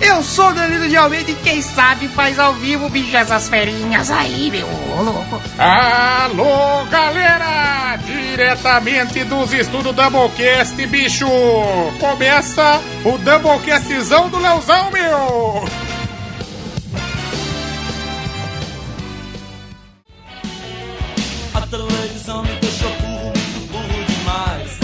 Eu sou Danilo de Almeida e quem sabe faz ao vivo, bicho, essas ferinhas aí, meu ô, louco. Alô, galera! Diretamente dos estudos Doublecast, bicho! Começa o Doublecastzão do Leozão, meu! A televisão me deixou burro, muito burro demais.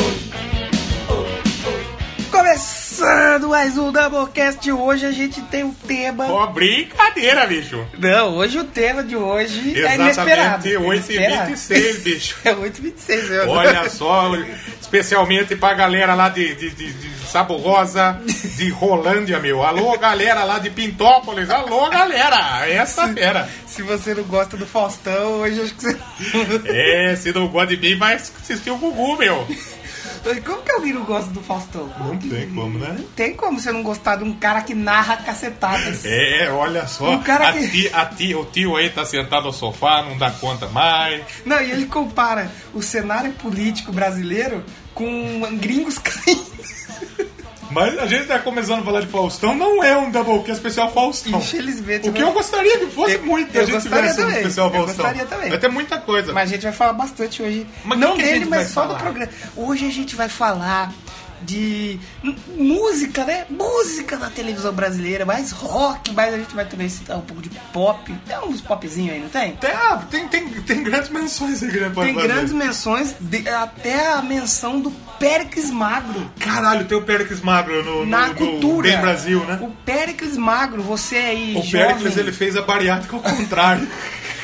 Começando mais um Doublecast, hoje a gente tem um tema... Ó, brincadeira, bicho! Não, hoje o tema de hoje é inesperado. Exatamente, 8 e Inesperado. 26, bicho! É 8h26, meu Olha só, especialmente pra galera lá de, de, de, de Sabo Rosa, de Rolândia, meu. Alô, galera lá de Pintópolis. Alô, galera, essa fera. Se você não gosta do Faustão, hoje acho que você... É, se não gosta de mim, vai assistir o Gugu, meu. É. Como que alguém não gosta do Faustão? Não tem como, né? Não tem como você não gostar de um cara que narra cacetadas. É, olha só. Um cara a que- ti- a ti- o tio aí tá sentado no sofá, não dá conta mais. Não, e ele compara o cenário político brasileiro com gringos caindo. Mas a gente tá começando a falar de Faustão, não é um Doublecast especial Faustão. Infelizmente. O que né? eu gostaria que fosse Eu- muito eu a gente gostaria tivesse um também, especial eu Faustão. gostaria também. Vai ter muita coisa. Mas a gente vai falar bastante hoje. Mas não que que a dele, gente mas vai só do falar? programa. Hoje a gente vai falar de m- música, né? Música da televisão brasileira, mais rock, mas a gente vai também citar um pouco de pop. Tem uns popzinhos aí, não tem? Tem, ah, tem, tem, tem grandes menções aí que a gente pode Tem fazer. grandes menções, de- até a menção do Péricles Magro. Caralho, tem o Péricles Magro no, no- na no cultura. Bem Brasil, né? O Péricles Magro, você aí, O jovem, Péricles, ele fez a bariátrica ao contrário.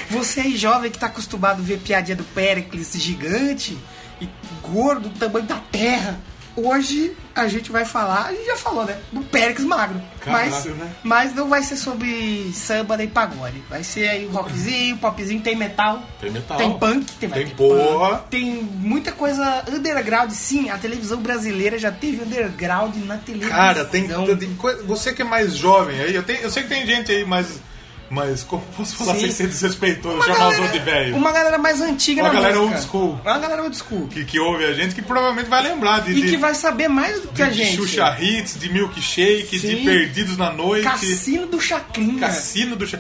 você aí jovem que tá acostumado a ver piadinha do Péricles gigante e gordo do tamanho da terra. Hoje a gente vai falar, a gente já falou, né? Do Péricles Magro. Caralho, mas, né? mas não vai ser sobre samba nem pagode. Vai ser aí o rockzinho, popzinho, tem metal. Tem metal. Tem punk, tem, vai Tem ter porra. punk, tem muita coisa underground, sim. A televisão brasileira já teve underground na televisão. Cara, tem, tem coisa- Você que é mais jovem aí, eu, tenho- eu sei que tem gente aí, mas. Mas como posso falar Sim. sem ser desrespeitoso, Uma chamar os galera- outros de velho? Uma galera mais antiga Uma na galera música. old school. Uma galera old school. Que, que ouve a gente, que provavelmente vai lembrar de. E de- que vai saber mais do que de, a de gente. Xuxa Hits, de Milkshake, Sim. de Perdidos na Noite, Cassino do Chacrinha. Cassino do Chá.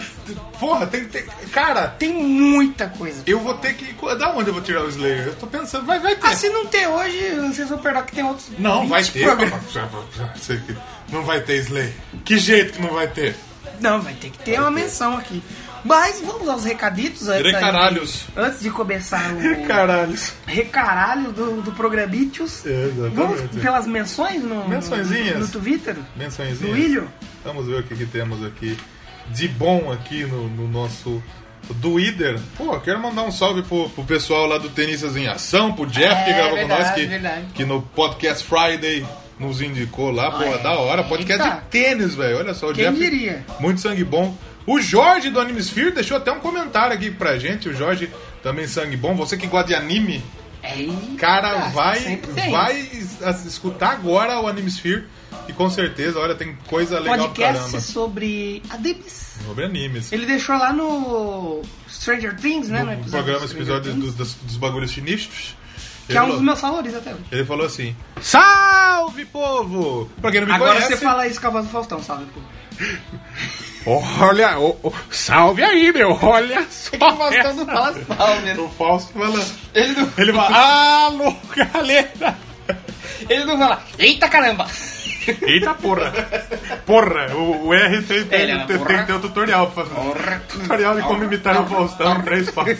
Porra, tem, tem. Cara, Tem muita coisa. eu vou ter que. Da onde eu vou tirar o Slayer? Eu tô pensando, vai, vai ter. Ah, se não tem hoje, vocês vão perdoar que tem outros. Não, 20 vai ter. programas. papai. Sei que Não vai ter Slayer. Que jeito que não vai ter? Não, vai ter que ter uma menção aqui. Mas vamos aos recaditos antes. aí. Recaralhos. Antes de começar o Caralhos. recaralho do, do programítios. É, exatamente. Vamos pelas menções no, Mençõezinhas. no Twitter? Mençõezinha. Do Ilho? Vamos ver o que, que temos aqui de bom aqui no, no nosso Twitter. Pô, quero mandar um salve pro, pro pessoal lá do Tenistas em Ação, pro Jeff É, que gravou verdade, com nós, que, verdade. que no Podcast Friday nos indicou lá. Pô, Olha, da hora. Podcast eita. de tênis, velho. Olha só, o Quem Jeff. diria? Muito sangue bom. O Jorge do Anime Sphere deixou até um comentário aqui pra gente. O Jorge também sangue bom. Você que gosta de anime, Ei, Cara, Ah, vai, sempre tem. vai es- as- escutar agora o Animesphere e com certeza, olha, tem coisa legal pra podcast caramba. sobre animes. Sobre animes. Ele deixou lá no Stranger Things, né? no No episódio Um programa, do esse Stranger episódio Things, dos, das- dos bagulhos sinistros. Que é um falou- dos meus favoritos até hoje. ele falou assim: Salve povo! Pra quem não me Agora conhece. você fala isso com a voz do Faustão, salve. pô. Olha, ô, ô, salve aí, meu! Olha só! O Faustão não fala salve. né? O Fausto fala. Ele não, Ele fala: Alô, galera! ele não fala, eita caramba! Eita porra! Porra! O, o R tem, tem, Ele era tem, porra. tem, tem o tutorial pra fazer. Tutorial de como imitar o Faustão em três passos.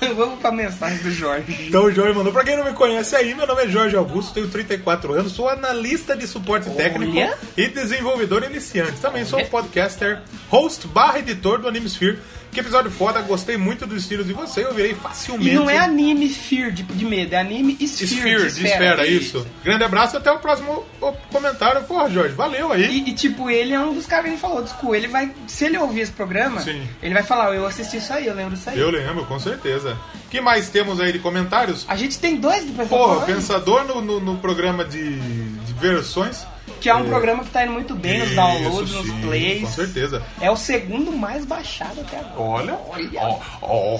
Vamos pra mensagem do Jorge. Então o Jorge mandou. Pra quem não me conhece aí, meu nome é Jorge Augusto, tenho 34 anos, sou analista de suporte técnico e desenvolvedor iniciante. Também sou podcaster, host barra editor do Animesphere. Que episódio foda, gostei muito do estilo de você, eu virei facilmente. E não é anime fear de, de medo, é anime sphere, é Sphere, de esfera, isso. Grande abraço e até o próximo ó, comentário. Porra, Jorge, valeu aí. E, e, tipo, ele é um dos caras que ele falou, desculpa, ele vai. Se ele ouvir esse programa, Sim. ele vai falar, eu assisti isso aí, eu lembro isso aí. Eu lembro, com certeza. O que mais temos aí de comentários? A gente tem dois do pessoal Porra, falando, pensador no, no, no programa de, de versões. que é um programa que tá indo muito bem nos downloads, Isso, nos sim, plays. Com certeza. É o segundo mais baixado até agora. Olha, Olha. ó, ó,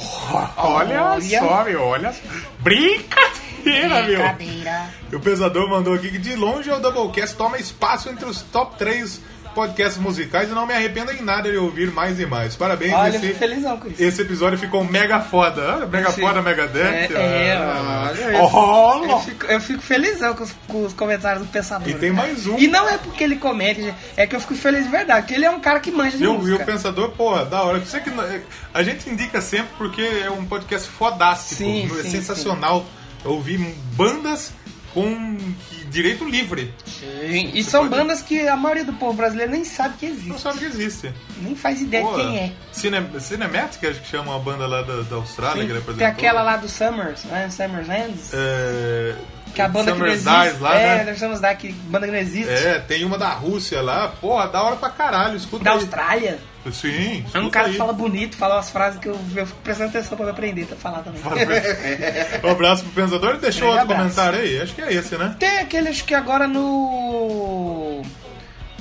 olha, Olha. só, meu, olha. só. Brincadeira, é meu. E o Pesador mandou aqui que de longe o Doublecast toma espaço entre os top 3 podcasts musicais e não me arrependo em nada de ouvir mais e mais. Parabéns, Olha, eu esse, fico felizão com isso. esse episódio ficou mega foda. Ah, Mega Sim. foda, mega É, death. é, ah. olha, eu- Olha. Eu fico, eu fico felizão com os, com os comentários do Pensador. E tem cara. mais um. E não é porque ele comete, é que eu fico feliz de verdade, porque ele é um cara que manja de E o, e música. o pensador, porra, da hora. Você que não- a gente indica sempre porque é um podcast fodástico, Sim, é sim, sensacional. Eu ouvi bandas com direito livre. Sim, E são pode- bandas que a maioria do povo brasileiro nem sabe que Não existe, sabe que existe. nem faz ideia de Porra, quem é. Cine, Cinematic, acho que chama uma banda lá da, da Austrália que ele apresentou. Tem aquela lá do Summers, né? Summers Ends, É, que é a banda Summer's que não existe. Eyes lá, é, né? nós vamos dar que banda que não existe. É, tem uma da Rússia lá. Porra, da hora pra caralho. Escuta Da aí. Austrália. Sim, É escuta um cara aí. que fala bonito, fala umas frases que eu, eu fico prestando atenção pra eu aprender, pra falar também. Um abraço pro pensador. Ele deixou Grande outro abraço. comentário aí. Acho que é esse, né? Tem aquele, acho que agora no.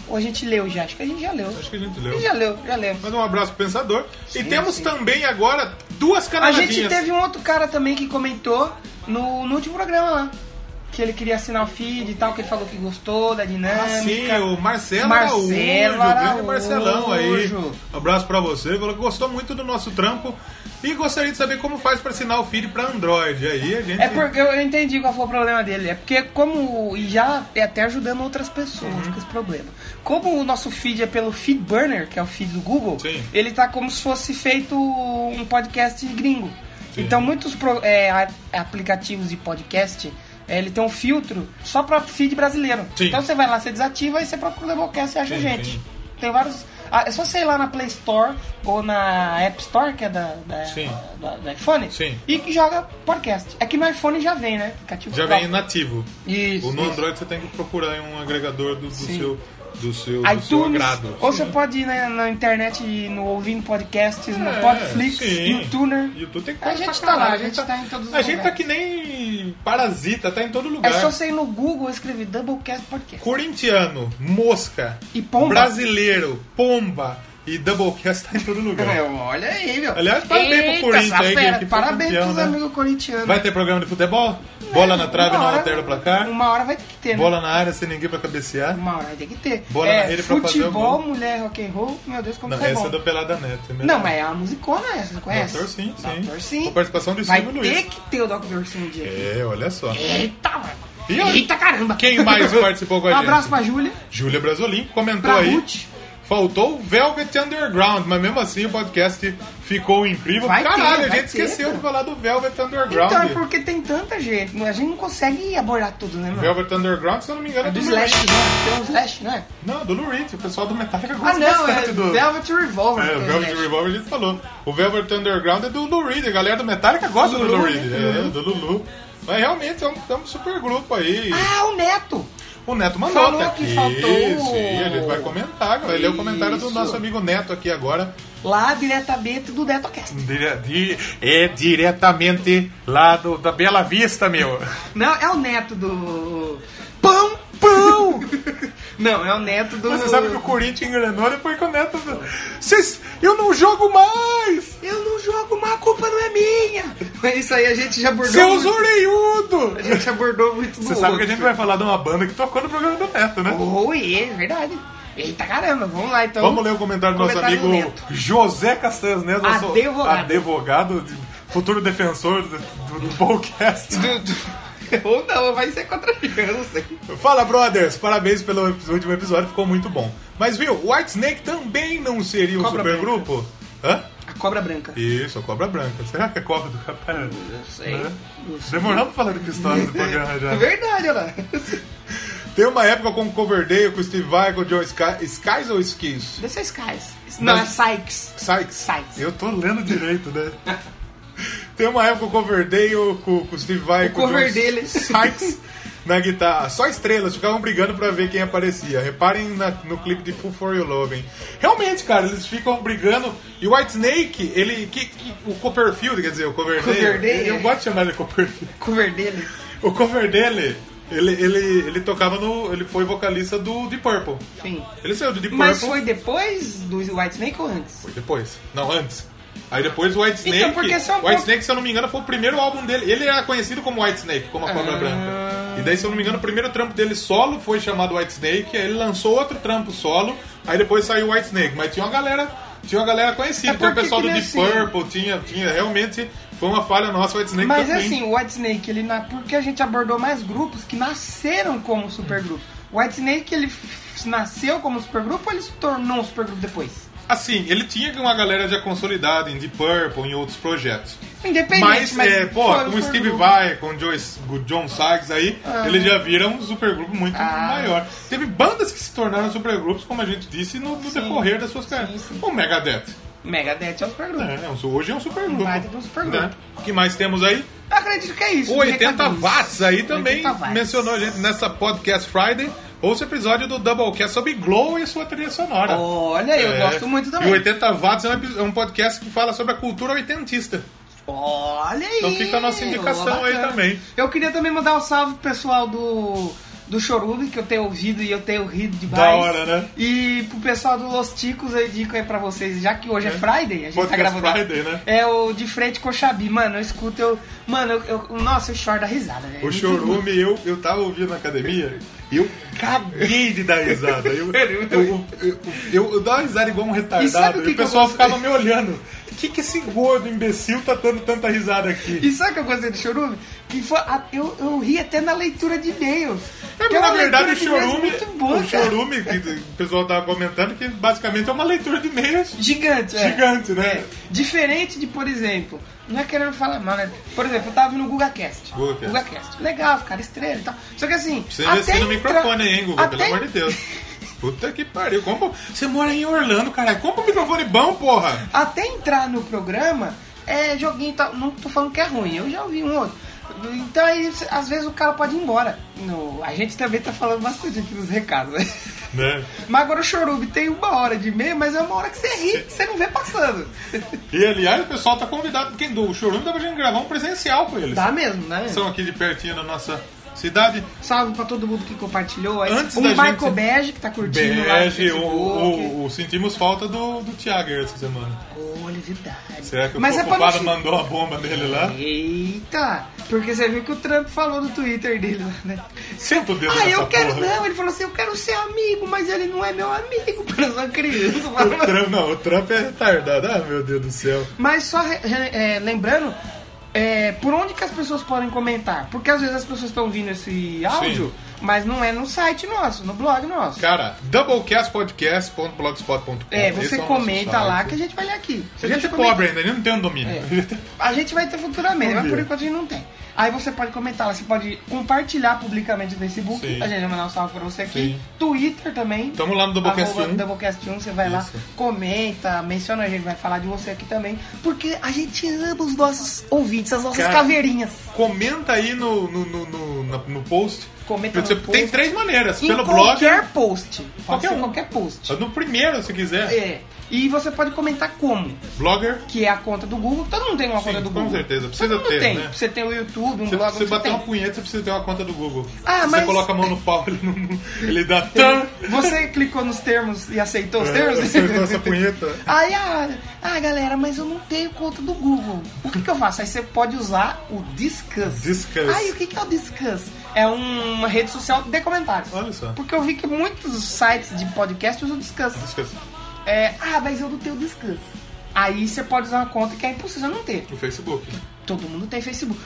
Ou a gente leu já, acho que a gente já leu. Acho que a gente A leu. gente já leu, já leu. Manda um abraço pro Pensador. e Sim, temos sim. também agora duas A canaladinhas. gente teve um outro cara também que comentou no, no último programa lá. Que ele queria assinar o feed e tal, que ele falou que gostou da Ah, sim, dinâmica. o Marcelo, Marcelo Araújo, o grande Araújo. Marcelão aí. Um abraço pra você. Ele falou que gostou muito do nosso trampo e gostaria de saber como faz pra assinar o feed pra Android. Aí a gente. É porque eu eu entendi qual foi o problema dele. É porque como. E já é até ajudando outras pessoas Uhum. com esse problema. Como o nosso feed é pelo Feedburner, que é o feed do Google, Sim. ele tá como se fosse feito um podcast gringo. Então muitos pro- é, a- aplicativos de podcast. é, ele tem um filtro só pra feed brasileiro. Sim. Então você vai lá, você desativa e você procura o Doublecast e acha a Sim, gente. sim. Tem vários. Ah, é só você ir lá na Play Store ou na App Store, que é da, da- Sim. da- do iPhone, Sim. e que joga podcast. É que no iPhone já vem, né? Aplicativo Já vem nativo. Isso. Ou no isso. Android você tem que procurar em um agregador do, do Sim. seu. Do seu, do seu iTunes, agrado. ou Sim. você pode ir na, na internet e no ouvindo podcasts, É, no Podflix, sim. no Tuner. YouTube tem A coisa gente pra tá lá, caralho. a gente tá em todos os A gente tá lugares. que nem parasita, tá em todo É lugar. só você ir no Google e escrever Doublecast Podcast. Corintiano, mosca, E pomba. brasileiro, pomba e doublecast tá em todo É, lugar. olha aí, meu. Aliás, parabéns pro Eita, Corinthians essa aí, que- fera. que foi Parabéns campeão, pros né? amigos corintianos. Vai ter programa de futebol? Bola na trave, Uma não hora- altera o placar. Uma hora vai ter que ter, né? Bola na área sem ninguém pra cabecear. Uma hora vai ter que ter. Bola é, na rede pra fazer o futebol, gol. mulher, rock and roll, meu Deus, como Não, foi essa bom. é do Pelada Neto. é Não, melhor. mas é a musicona essa, você conhece? Doutor sim, sim. Doutor sim. Com participação do Vai Silvio ter Luiz. que ter o Dr. Sim um dia. É, olha só. Eita, mano. E olha- Eita caramba. Quem mais participou com a Um gente? abraço pra Júlia, Júlia Brasolim comentou pra aí. Ruth. Faltou o Velvet Underground, mas mesmo assim o podcast ficou incrível. Vai ter, Caralho, a vai gente ter, esqueceu cara. de falar do Velvet Underground. Então, é porque tem tanta gente, a gente não consegue abordar tudo, né, mano? Velvet Underground, se eu não me engano, É do Lou Slash, Reed. né? Tem um Slash, não é? Não, do Lou Reed. O pessoal do Metallica Ah, gosta não, bastante é do... Velvet Revolver. É, que o o Velvet Slash. Revolver a gente falou. O Velvet Underground é do Lou Reed. A galera do Metallica gosta do Lulu, Lou Reed. né? É, do Lulu. Mas realmente é um, é um super grupo aí. Ah, o Neto. O Neto mandou Falou tá que aqui. faltou. Sim, a gente vai comentar. Ele leu o comentário do Isso. nosso amigo Neto aqui agora. Lá diretamente do NetoCast. Dire- di- é diretamente lá do, da Bela Vista, meu. Não, é o Neto do... Pão, pão! não, é o Neto do... Mas Você sabe que o Corinthians engrenou depois que o Neto. Vocês, eu não jogo mais! Eu não jogo, mas a culpa não é minha. Mas isso aí a gente já abordou. Seus muito, orelhudo! a gente abordou muito do Você sabe que a outro. gente vai falar de uma banda que tocou no programa do Neto, né? Oi, é verdade. Eita caramba, vamos lá então. Vamos ler o comentário do nosso Comentário amigo lento. José Castanhas Neto, nosso Advogado. advogado, de- futuro defensor do, do, do podcast. Do- do- Ou não, vai ser contra mim, eu não sei. Fala, brothers! Parabéns pelo ep- último episódio, ficou muito bom. Mas viu, White Snake também não seria um Cobra supergrupo? Hã? A cobra branca. Isso, a cobra branca. Será que é cobra do capanga? Eu Hum, sei. Né? Eu sei. Demoramos pra falar de pistola do programa já. É verdade, olha lá. Tem uma época com o Coverdale, com o Steve Vai, com o Joe Sky, Skies ou Skis? Deixa Skies. Não, Não. é Sykes. Sykes. Sykes. Eu tô lendo direito, né? Tem uma época com o Coverdale, com, com o Steve Vai, com o Joe Coverdale. Sykes na guitarra. Só estrelas, ficavam brigando pra ver quem aparecia. Reparem na- no clipe de Full For You Loving. Realmente, cara, eles ficam brigando. E o White Snake, ele... que- que- o Copperfield, quer dizer, o Coverdale... Coverdale. Eu, eu gosto de chamar ele Copperfield. Cover dele. O cover dele, ele, ele, ele tocava no. Ele foi vocalista do Deep Purple. Sim. Ele saiu do Deep Mas Purple. foi depois do Whitesnake ou antes? foi depois. Não, antes. Aí depois o White Snake. Então, porque esse é um White ponto- Snake, se eu não me engano, foi o primeiro álbum dele. Ele era conhecido como White Snake, como a Ah. Cobra Branca. E daí, se eu não me engano, o primeiro trampo dele solo foi chamado White Snake. Aí ele lançou outro trampo solo, Aí depois saiu White Snake, mas tinha uma galera, tinha uma galera conhecida, É tinha o porque pessoal que do nem Deep assim. Purple, tinha, tinha realmente foi uma falha nossa o White Snake Mas também. assim, o White Snake, ele na... porque a gente abordou mais grupos que nasceram como supergrupo. O White Snake, ele f- nasceu como supergrupo ou ele se tornou um supergrupo depois? Assim, ele tinha uma galera já consolidada em Deep Purple, em outros projetos. Independente, Mas, mas, é, pô, foi um com o Steve supergrupo. Vai, com o Joyce- com o John Sykes aí, eles já viram um supergrupo muito Ah. maior. Teve bandas que se tornaram supergrupos, como a gente disse, no, no decorrer das suas carreiras. sim. O Megadeth. Megadeth é um supergrupo. né? É um su- hoje é um supergrupo. Um baita de um supergrupo. né? O que mais temos aí? Eu acredito que é isso. O 80 recadinhos. Watts aí também 80 watts. mencionou a gente nessa Podcast Friday. Ouça o episódio do Doublecast sobre Glow e sua trilha sonora. Olha, eu É. gosto muito E o também. 80 Watts é um, epi- é um podcast que fala sobre a cultura oitentista. Olha aí. Então fica a nossa indicação ó, bacana. aí também. Eu queria também mandar um salve pro pessoal do, do Chorume, que eu tenho ouvido e eu tenho rido demais. Da hora, né? E pro pessoal do Los Ticos, eu indico aí pra vocês, já que hoje é, É. Friday, a gente tá Podcast gravando. Friday, né? É o de frente com o Xabi. Mano, eu escuto, eu. Mano, eu, eu- nossa, eu choro da risada, velho. O chorume, eu, eu tava ouvindo na academia, eu caguei de dar risada. Eu, eu, eu, eu, eu dava risada igual um E sabe retardado o e, que o que eu pessoal gosto- ficava me olhando. O que, que esse gordo imbecil tá dando tanta risada aqui? E sabe o que eu gostei do Chorume? Que foi a- eu, eu ri até na leitura de e-mails. É, Que mas, na uma verdade, o leitura de e-mails chorume, Muito boa, o cara. chorume que o pessoal tava comentando, que basicamente é uma leitura de e-mails. Gigante, é. Gigante, né? É. Diferente de, por exemplo, não é querendo falar mal, né? Por exemplo, eu tava no GugaCast. GugaCast. GugaCast. Legal, ficaram estrela e tal. Só que assim. Você até investir no entra- microfone aí, hein, Guga, até- pelo amor de Deus. Puta que pariu. Compra... Você mora em Orlando, caralho. Compra um microfone bom, porra. Até entrar no programa, é joguinho e tal. Não tô falando que é ruim, eu já ouvi um outro. Então aí, cê- às vezes o cara pode ir embora. No, a gente também tá falando bastante aqui nos recados, né? Né? Mas agora o Chorube tem uma hora de meia, mas é uma hora que você ri, que você não vê passando. E aliás, o pessoal tá convidado. Quem do Chorume dá pra gente gravar um presencial com eles. Dá mesmo, né? São aqui de pertinho na nossa cidade. Salve pra todo mundo que compartilhou. aí. Antes o da Michael gente- Bege, que tá curtindo lá no Bege, o, Facebook. o- o- sentimos falta do, do Thiago essa semana. Olha, é verdade. Será que o Mas é pra não... Copado fi- mandou a bomba dele lá? Eita! Porque você viu que o Trump falou no Twitter dele lá, né? Senta o dedo Ah, nessa eu quero porra. não. Ele falou assim, eu quero ser amigo, mas ele não é meu amigo, para uma criança. O Trump, não, o Trump é retardado. Ah, meu Deus do céu. Mas só re- re- é, lembrando, é, por onde que as pessoas podem comentar? Porque às vezes as pessoas estão ouvindo esse áudio, mas não é no site nosso, no blog nosso. Cara, doublecastpodcast.blogspot.com É, Esse você o nosso comenta site. lá que a gente É. vai ler aqui. A gente Deixa é comentar. pobre ainda, a gente não tem um domínio. A gente vai ter futuramente, Vamos mas por ver. enquanto a gente não tem. Aí você pode comentar lá, você pode compartilhar publicamente no Facebook, Sim. a gente vai mandar um salve pra você aqui. Sim. Twitter também. Tamo lá no Doublecast arroba 1. Doublecast 1, você vai lá, Isso. comenta, menciona a gente, vai falar de você aqui também. Porque a gente ama os nossos ouvintes, as nossas Cara. caveirinhas. Comenta aí no, no, no, no, na- no post. Comenta no Você post. Tem três maneiras. Em pelo qualquer post. Pode Qualquer ser um. qualquer post. blog. No primeiro, se quiser. É. E você pode comentar como? Blogger. Que é a conta do Google. Todo mundo tem uma conta do com Google. certeza, precisa Todo mundo ter, tem. né? Você tem o YouTube, um Você, blog, você você bater tem. uma punheta, você precisa ter uma conta do Google. Ah, você mas- coloca a mão no pau, ele, não, ele dá tan. É, Você clicou nos termos e aceitou os termos? Acertou essa punheta. Aí, ah, ah, galera, mas eu não tenho conta do Google. O que, que eu faço? Aí você pode usar o Discuss. Discuss. Aí, o que, que é o Discuss? É um- uma rede social de comentários. Olha só. Porque eu vi que muitos sites de podcast usam Discuss. Esquece. É, ah, mas eu não tenho Discuss. Aí você pode usar uma conta que é impossível não ter. No Facebook. Todo mundo tem Facebook.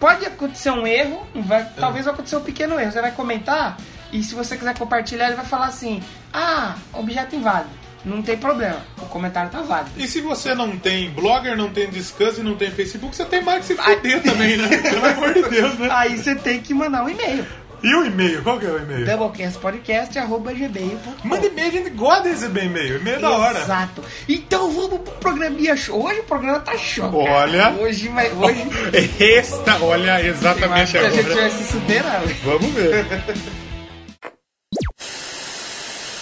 Pode acontecer um erro, vai, É. talvez vai acontecer um pequeno erro. Você vai comentar e se você quiser compartilhar, ele vai falar assim: Ah, objeto inválido. Não tem problema, o comentário tá válido. E se você não tem blogger, não tem Discuss e não tem Facebook, você tem mais que se fuder também, né? Pelo amor de Deus, né? Aí você tem que mandar um e-mail. E o e-mail? Qual que é o e-mail? Doublecastpodcast.gmail.com Manda e-mail, a gente gosta de receber e-mail. E-mail é da hora. Exato. Então vamos pro programinha show. Hoje o programa tá show. cara. Olha. Hoje, vai- hoje Esta, olha, eu acho exatamente que a gente é- agora. vai se superar. Vamos ver.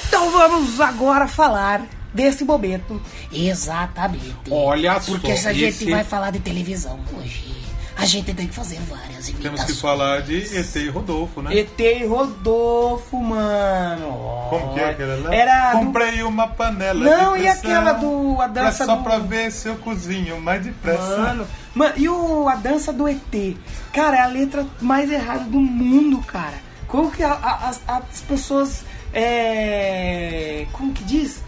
Então vamos agora falar desse momento. Exatamente. Olha só. Porque se a gente esse- vai falar de televisão hoje, a gente tem que fazer várias Temos que imitações. falar de ET e Rodolfo, né? ET e Rodolfo, mano. Como que é aquela lá? Era do- Comprei uma panela Não, de e pressão aquela do- a dança pra Só do- pra ver se eu cozinho mais depressa. Mano, mano, e o, a dança do ET? Cara, é a letra mais errada do mundo, cara. Como que a- a- as, as pessoas é, como que diz?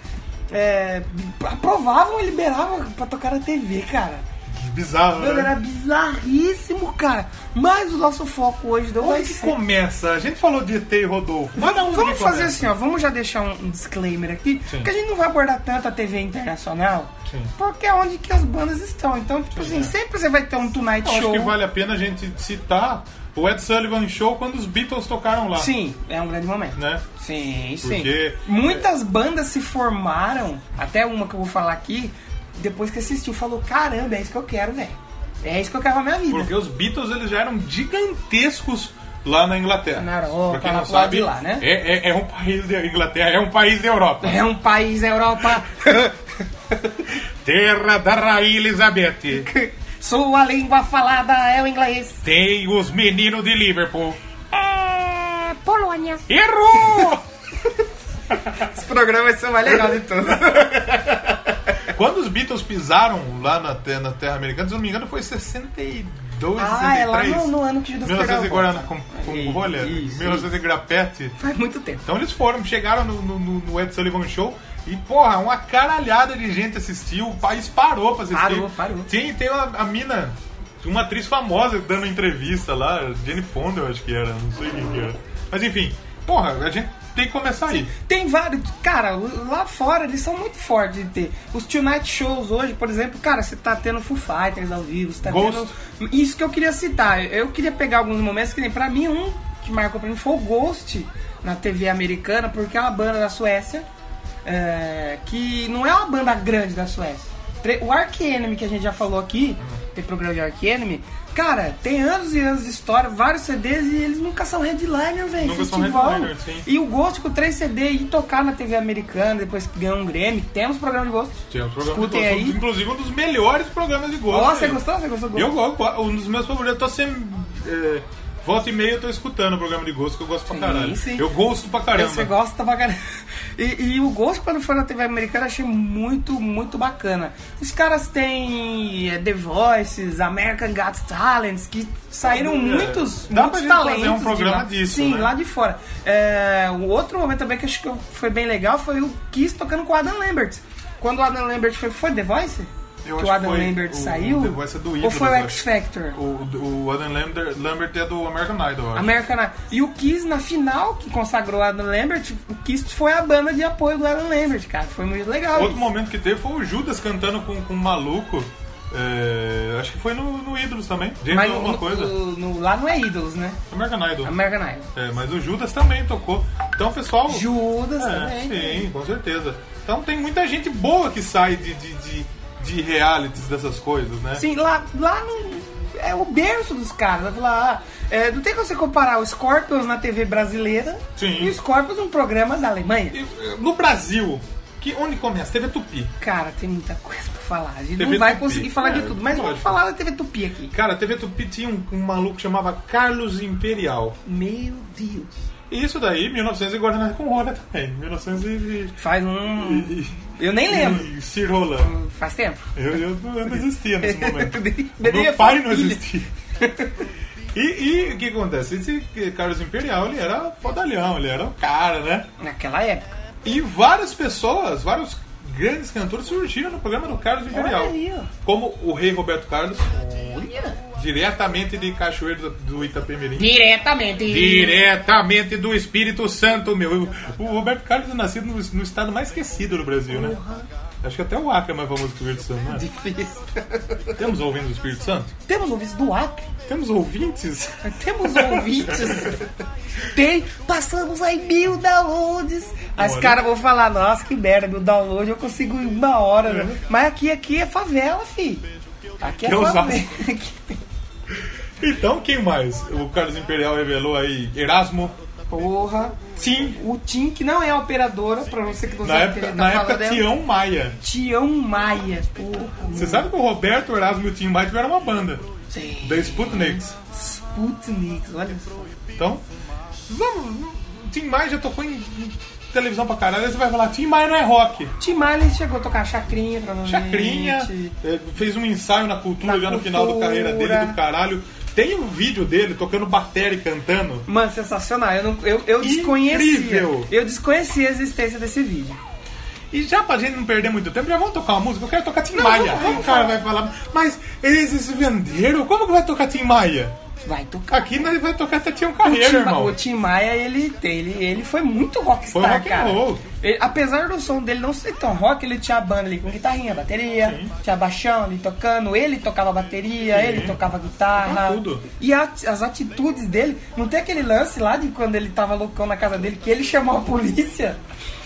É, aprovavam e liberavam pra tocar na TV, cara. Bizarro, Mano, era né? bizarríssimo, cara. Mas o nosso foco hoje não vai Onde um que ser. começa? A gente falou de ET e Rodolfo. Mas Vamos, onde vamos que fazer começa? assim, ó. Vamos já deixar um um disclaimer aqui, Sim. porque a gente não vai abordar tanto a TV internacional, Sim. é. porque é onde que as bandas estão. Então, tipo assim, sempre você vai ter um tonight Eu acho show. que vale a pena a gente citar o Ed Sullivan Show quando os Beatles tocaram lá. Sim, é um grande momento. Né? Sim, sim. Porque- Muitas bandas se formaram, até uma que eu vou falar aqui, depois que assistiu, falou: caramba, é isso que eu quero, velho. É isso que eu quero na minha vida. Porque os Beatles eles já eram gigantescos lá na Inglaterra. Na Europa, pra quem lá não pro lado sabe, de lá, né? É, é- é um país da Inglaterra, é um país da Europa. É um país da Europa. Terra da Rainha Elizabeth. Sua língua falada é o inglês. Tem os meninos de Liverpool. É. Polônia. Errou! Esse programa vai ser o mais legal de todos. Quando os Beatles pisaram lá na, te- na terra americana, se eu não me engano, foi 62, Ah, 63. é lá no, no ano que o 1900 e Guarana com, É Isso, com rolha, isso. 1900 e Grapete. Faz muito tempo. Então eles foram, chegaram no, no, no- no Ed Sullivan Show e, porra, uma caralhada de gente assistiu, o país parou pra assistir. Parou, parou. Tem, tem uma, a mina, uma atriz famosa dando entrevista lá, Jenny Fonda, eu acho que era, não sei quem que era. Mas enfim, porra, a gente tem que começar aí. Tem vários. Cara, lá fora eles são muito fortes de ter. Os Tonight Shows hoje, por exemplo, cara, você tá tendo Foo Fighters ao vivo, você tá Ghost. tendo. Isso que eu queria citar. Eu queria pegar alguns momentos que nem pra mim, um que marcou pra mim foi o Ghost na TV americana, porque é uma banda da Suécia. é, que não é uma banda grande da Suécia. Tre- O Ark Enemy que a gente já falou aqui, Uhum. tem programa de Ark Enemy, cara, tem anos e anos de história, vários CDs e eles nunca são headliner, velho. Nunca são Festival. headliner, sim. E o Ghost com 3 CD e tocar na TV americana, depois que ganhou um Grammy. Temos programa de Ghost. Temos programa de Escutem gosto, aí. Inclusive um dos melhores programas de gosto. Ó, você aí. gostou? Você gostou do Eu Ghost? gosto, um dos meus favoritos. Eu tô sempre. É, volta e meia eu tô escutando o programa de gosto que eu gosto pra Sim, caralho. sim. é Eu gosto pra caramba. Você gosta pra caramba. E, e o Ghost, quando foi na TV americana, eu achei muito, muito bacana. Os caras têm é, The Voices, American Got Talents, que saíram É, muitos, dá muitos pra gente talentos. fazer um de programa lá. disso, Sim, né? lá de fora. É, o outro momento também que eu acho que foi bem legal foi o Kiss tocando com o Adam Lambert. Quando o Adam Lambert foi, foi The Voice? Eu que acho o que Adam foi Lambert o saiu? The Voice é do ou Ídolos, foi o eu acho. X Factor? O, o Adam Lambert, Lambert é do American Idol, eu acho. American Idol. E o Kiss na final, que consagrou Adam Lambert, o Kiss foi a banda de apoio do Adam Lambert, cara. Foi muito legal. Outro isso. momento que teve foi o Judas cantando com, com um maluco. É, acho que foi no, no Ídolos também. James Mas alguma no- é coisa. no- no- lá não é ídolos, né? American Idol. American Idol. É, mas o Judas também tocou. Então, pessoal. Judas É, também. né? sim, com certeza. Então tem muita gente boa que sai de, de, de, de realities dessas coisas, né? Sim, lá, lá no, é o berço dos caras. Vai falar, ah, é, não tem como você comparar o Scorpions na TV brasileira Sim. e o Scorpions um programa da Alemanha. E, eh, No Brasil, que, onde começa? TV Tupi. Cara, tem muita coisa pra falar. A gente TV não vai Tupi. conseguir falar É, de tudo, mas vamos lógico. falar da TV Tupi aqui. Cara, a TV Tupi tinha um, um maluco que chamava Carlos Imperial. Meu Deus. E isso daí, 1900 e Guaraná com rola também. 1900 e... Faz um... Eu nem lembro. E Sir Roland. Faz tempo. Eu, eu não eu não existia nesse momento. Eu nem- eu nem Meu ia pai falar não filha. existia. E, e o que acontece? Esse Carlos Imperial, ele era fodalhão, ele era um cara, né? Naquela época. E várias pessoas, vários grandes cantores surgiram no programa do Carlos Imperial. Olha aí, ó. Como o rei Roberto Carlos, Olha. diretamente de Cachoeiro do- do Itapemirim. Diretamente. Diretamente do Espírito Santo, meu. O Roberto Carlos é nascido no, no estado mais esquecido do Brasil, né? Acho que até o Acre é mais famoso que o Espírito Santo, né? Difícil. Temos ouvindo o Espírito Santo? Temos ouvintes do Acre. Temos ouvintes? Temos ouvintes. Tem. Passamos aí mil downloads. As Olha. caras vão falar, nossa, que merda, meu download eu consigo em uma hora. né? Mas aqui, aqui é favela, fi. Aqui é Que favela. ousado. Então, quem mais? O Carlos Imperial revelou aí Erasmo. Porra. Tim. O Tim, que não é operadora, pra você que não Na sabe o que a época, gente na tá época falando, é o Tião Maia. Tião Maia. Porra. Você sabe que o Roberto, o Erasmo e o Tim Maia tiveram uma banda. Sim. The Sputniks. Sputniks, olha só. Então, vamos. O Tim Maia já tocou em, em televisão pra caralho. Aí você vai falar, Tim Maia não é rock. Tim Maia ele chegou a tocar chacrinha, provavelmente. Chacrinha. eh, é, Fez um ensaio na cultura Na já no final da cultura. carreira dele, do caralho. Tem um vídeo dele tocando bateria e cantando. Mano, sensacional. Eu, não, eu, eu desconhecia. Incrível. Eu desconhecia a existência desse vídeo. E já pra gente não perder muito tempo, já vamos tocar uma música? Eu quero tocar Tim Não, Maia. vamos, vamos o cara vai falar, mas eles se venderam? Como que vai tocar Tim Maia? Vai tocar. Aqui nós vai tocar Tatião O Carreiro, Tim, Ma- irmão. o Tim Maia, ele, tem- ele, ele foi muito rockstar, Foi rock and cara. roll. Ele- apesar do som dele não ser tão rock, ele tinha a banda ali com guitarrinha, bateria, tinha baixão ali tocando, ele tocava bateria, ele tocava guitarra. Tocava tudo. E a- as atitudes dele, não tem aquele lance lá de quando ele tava loucão na casa dele, que ele chamou a polícia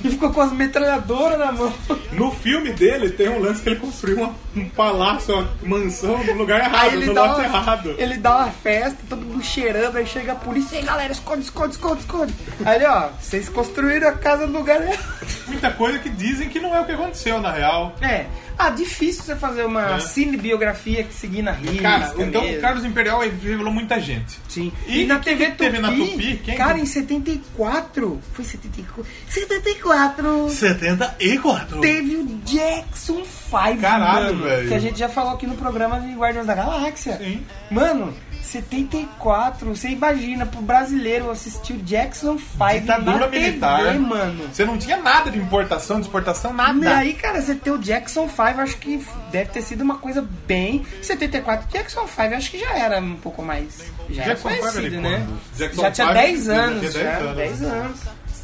e ficou com as metralhadoras na mão. No filme dele tem um lance que ele construiu uma- um palácio, uma mansão no lugar errado, Aí ele no dá, lote uma, errado. ele dá uma festa, todo mundo cheirando, aí chega a polícia, ei galera, esconde, esconde, esconde, esconde. Aí ele, ó, vocês construíram a casa no lugar errado. Muita coisa que dizem que não é o que aconteceu, na real. É. Ah, difícil você fazer uma É. cinebiografia que seguir na risca Cara, então mesmo. o Carlos Imperial revelou muita gente. Sim. E E, na quem TV Tupi, teve na Tupi? Quem? cara, em 74, foi 74, 74, 74. teve o Jackson 5, Caralho, mano, velho. que a gente já falou aqui no programa de Guardiões da Galáxia. Sim. Mano, 74, você imagina, pro brasileiro assistir o Jackson 5 na Ditadura militar. né? TV, mano. Você não tinha nada de importação, de exportação, nada. E Né, aí, cara, você ter o Jackson 5, acho que deve ter sido uma coisa bem. 74, Jackson 5, acho que já era um pouco mais. Já Jackson era 5 conhecido, era né? quando? Jackson já tinha 5 10 já tinha anos, 10 já. anos. 10 anos.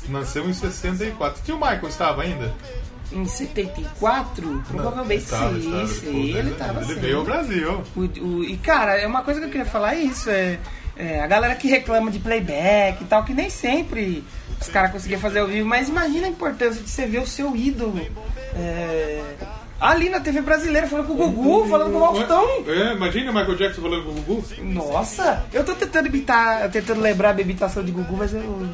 Nasceu em 64. Tio Michael estava ainda? Em 74, provavelmente Estava, sim, estava, sim, pô, ele tava né? Ele sim. veio ao Brasil. O- o- e cara, é uma coisa que eu queria falar é isso, é, é, a galera que reclama de playback e tal, que nem sempre os caras conseguiam fazer ao vivo, mas imagina a importância de você ver o seu ídolo é, ali na TV brasileira falando com o Gugu, Uh, falando com o Faustão. É, imagina o Michael Jackson falando com o Gugu. Nossa, eu tô tentando imitar, tentando lembrar a bebitação de Gugu, mas eu,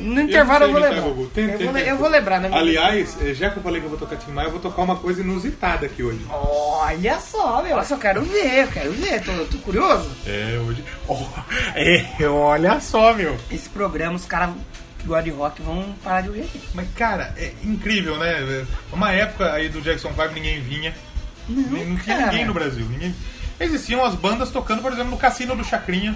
no intervalo eu, não vou sei imitar lembrar. tá, Gugu. Tem- eu, tem- vou, le- tem. eu vou lembrar, né? Aliás, eh, já que eu falei que eu vou tocar Tim Maia, eu vou tocar uma coisa inusitada aqui hoje. Olha só, meu, nossa, eu quero ver, eu quero ver, tô, tô curioso. É, hoje. Oh, é, olha só, meu. Esse programa, os caras que gostam de rock vão parar de ouvir. Mas, cara, é incrível, né? Uma época aí do Jackson 5 ninguém vinha. Não, não tinha cara. ninguém no Brasil. Ninguém... Existiam as bandas tocando, por exemplo, no Cassino do Chacrinha,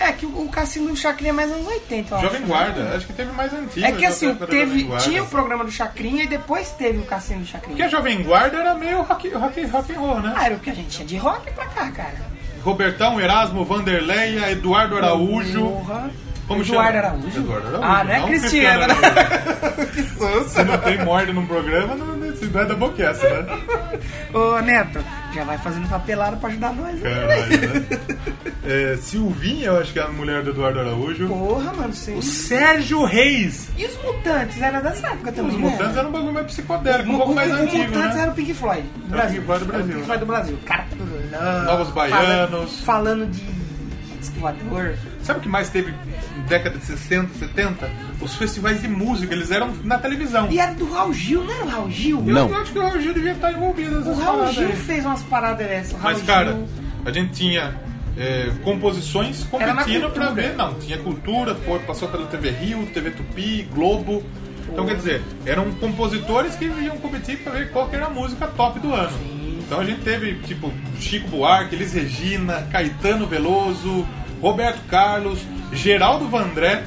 É que o, o Cassino do Chacrinha é mais anos 80, eu acho. né? Jovem Guarda. Acho que teve mais antigo. É que já assim, tocando Jovem teve, Guarda. tinha o programa do Chacrinha e depois teve o Cassino do Chacrinha. Porque a Jovem Guarda era meio rock, rock, rock and roll, né? Ah, é. era o que a gente tinha de rock pra cá, cara. Robertão, Erasmo, Vanderleia, Eduardo Araújo. Porra. Como Eduardo chama? Araújo? Eduardo Araújo. Ah, não é Cristiano, né? Araújo. que susto. Se não tem morde num programa, não, não, isso não é da boquessa, né? Ô, Neto, já vai fazendo papelada pra ajudar nós. né? Caralho, né? É, Silvinha, eu acho que é a mulher do Eduardo Araújo. Porra, mano, sim. O Sérgio Reis. E os mutantes? Era dessa época também, Os né? Mutantes eram um bagulho mais psicodélico, um O- pouco o- mais o antigo, Mutantes né? era o Pink Floyd do Era o Brasil. Pink Floyd do Era o Pink Brasil, Floyd do Brasil. Cara, não. Novos Baianos. Falando, falando de disco voador. Sabe o que mais teve na década de 60, 70? Os festivais de música, eles eram na televisão. E era do Raul Gil, não era o Raul Gil? Eu acho que o Raul Gil devia estar envolvido nessas O Raul paradas Gil aí. fez umas paradas dessas. O Raul Mas, cara, Gil- a gente tinha é, composições Era na competindo pra cultura. ver. Não, tinha cultura, foi- passou pela TV Rio, TV Tupi, Globo. Então, quer dizer, eram compositores que iam competir pra ver qual que era a música top do ano. Então a gente teve, tipo, Chico Buarque, Elis Regina, Caetano Veloso, Roberto Carlos, Geraldo Vandré.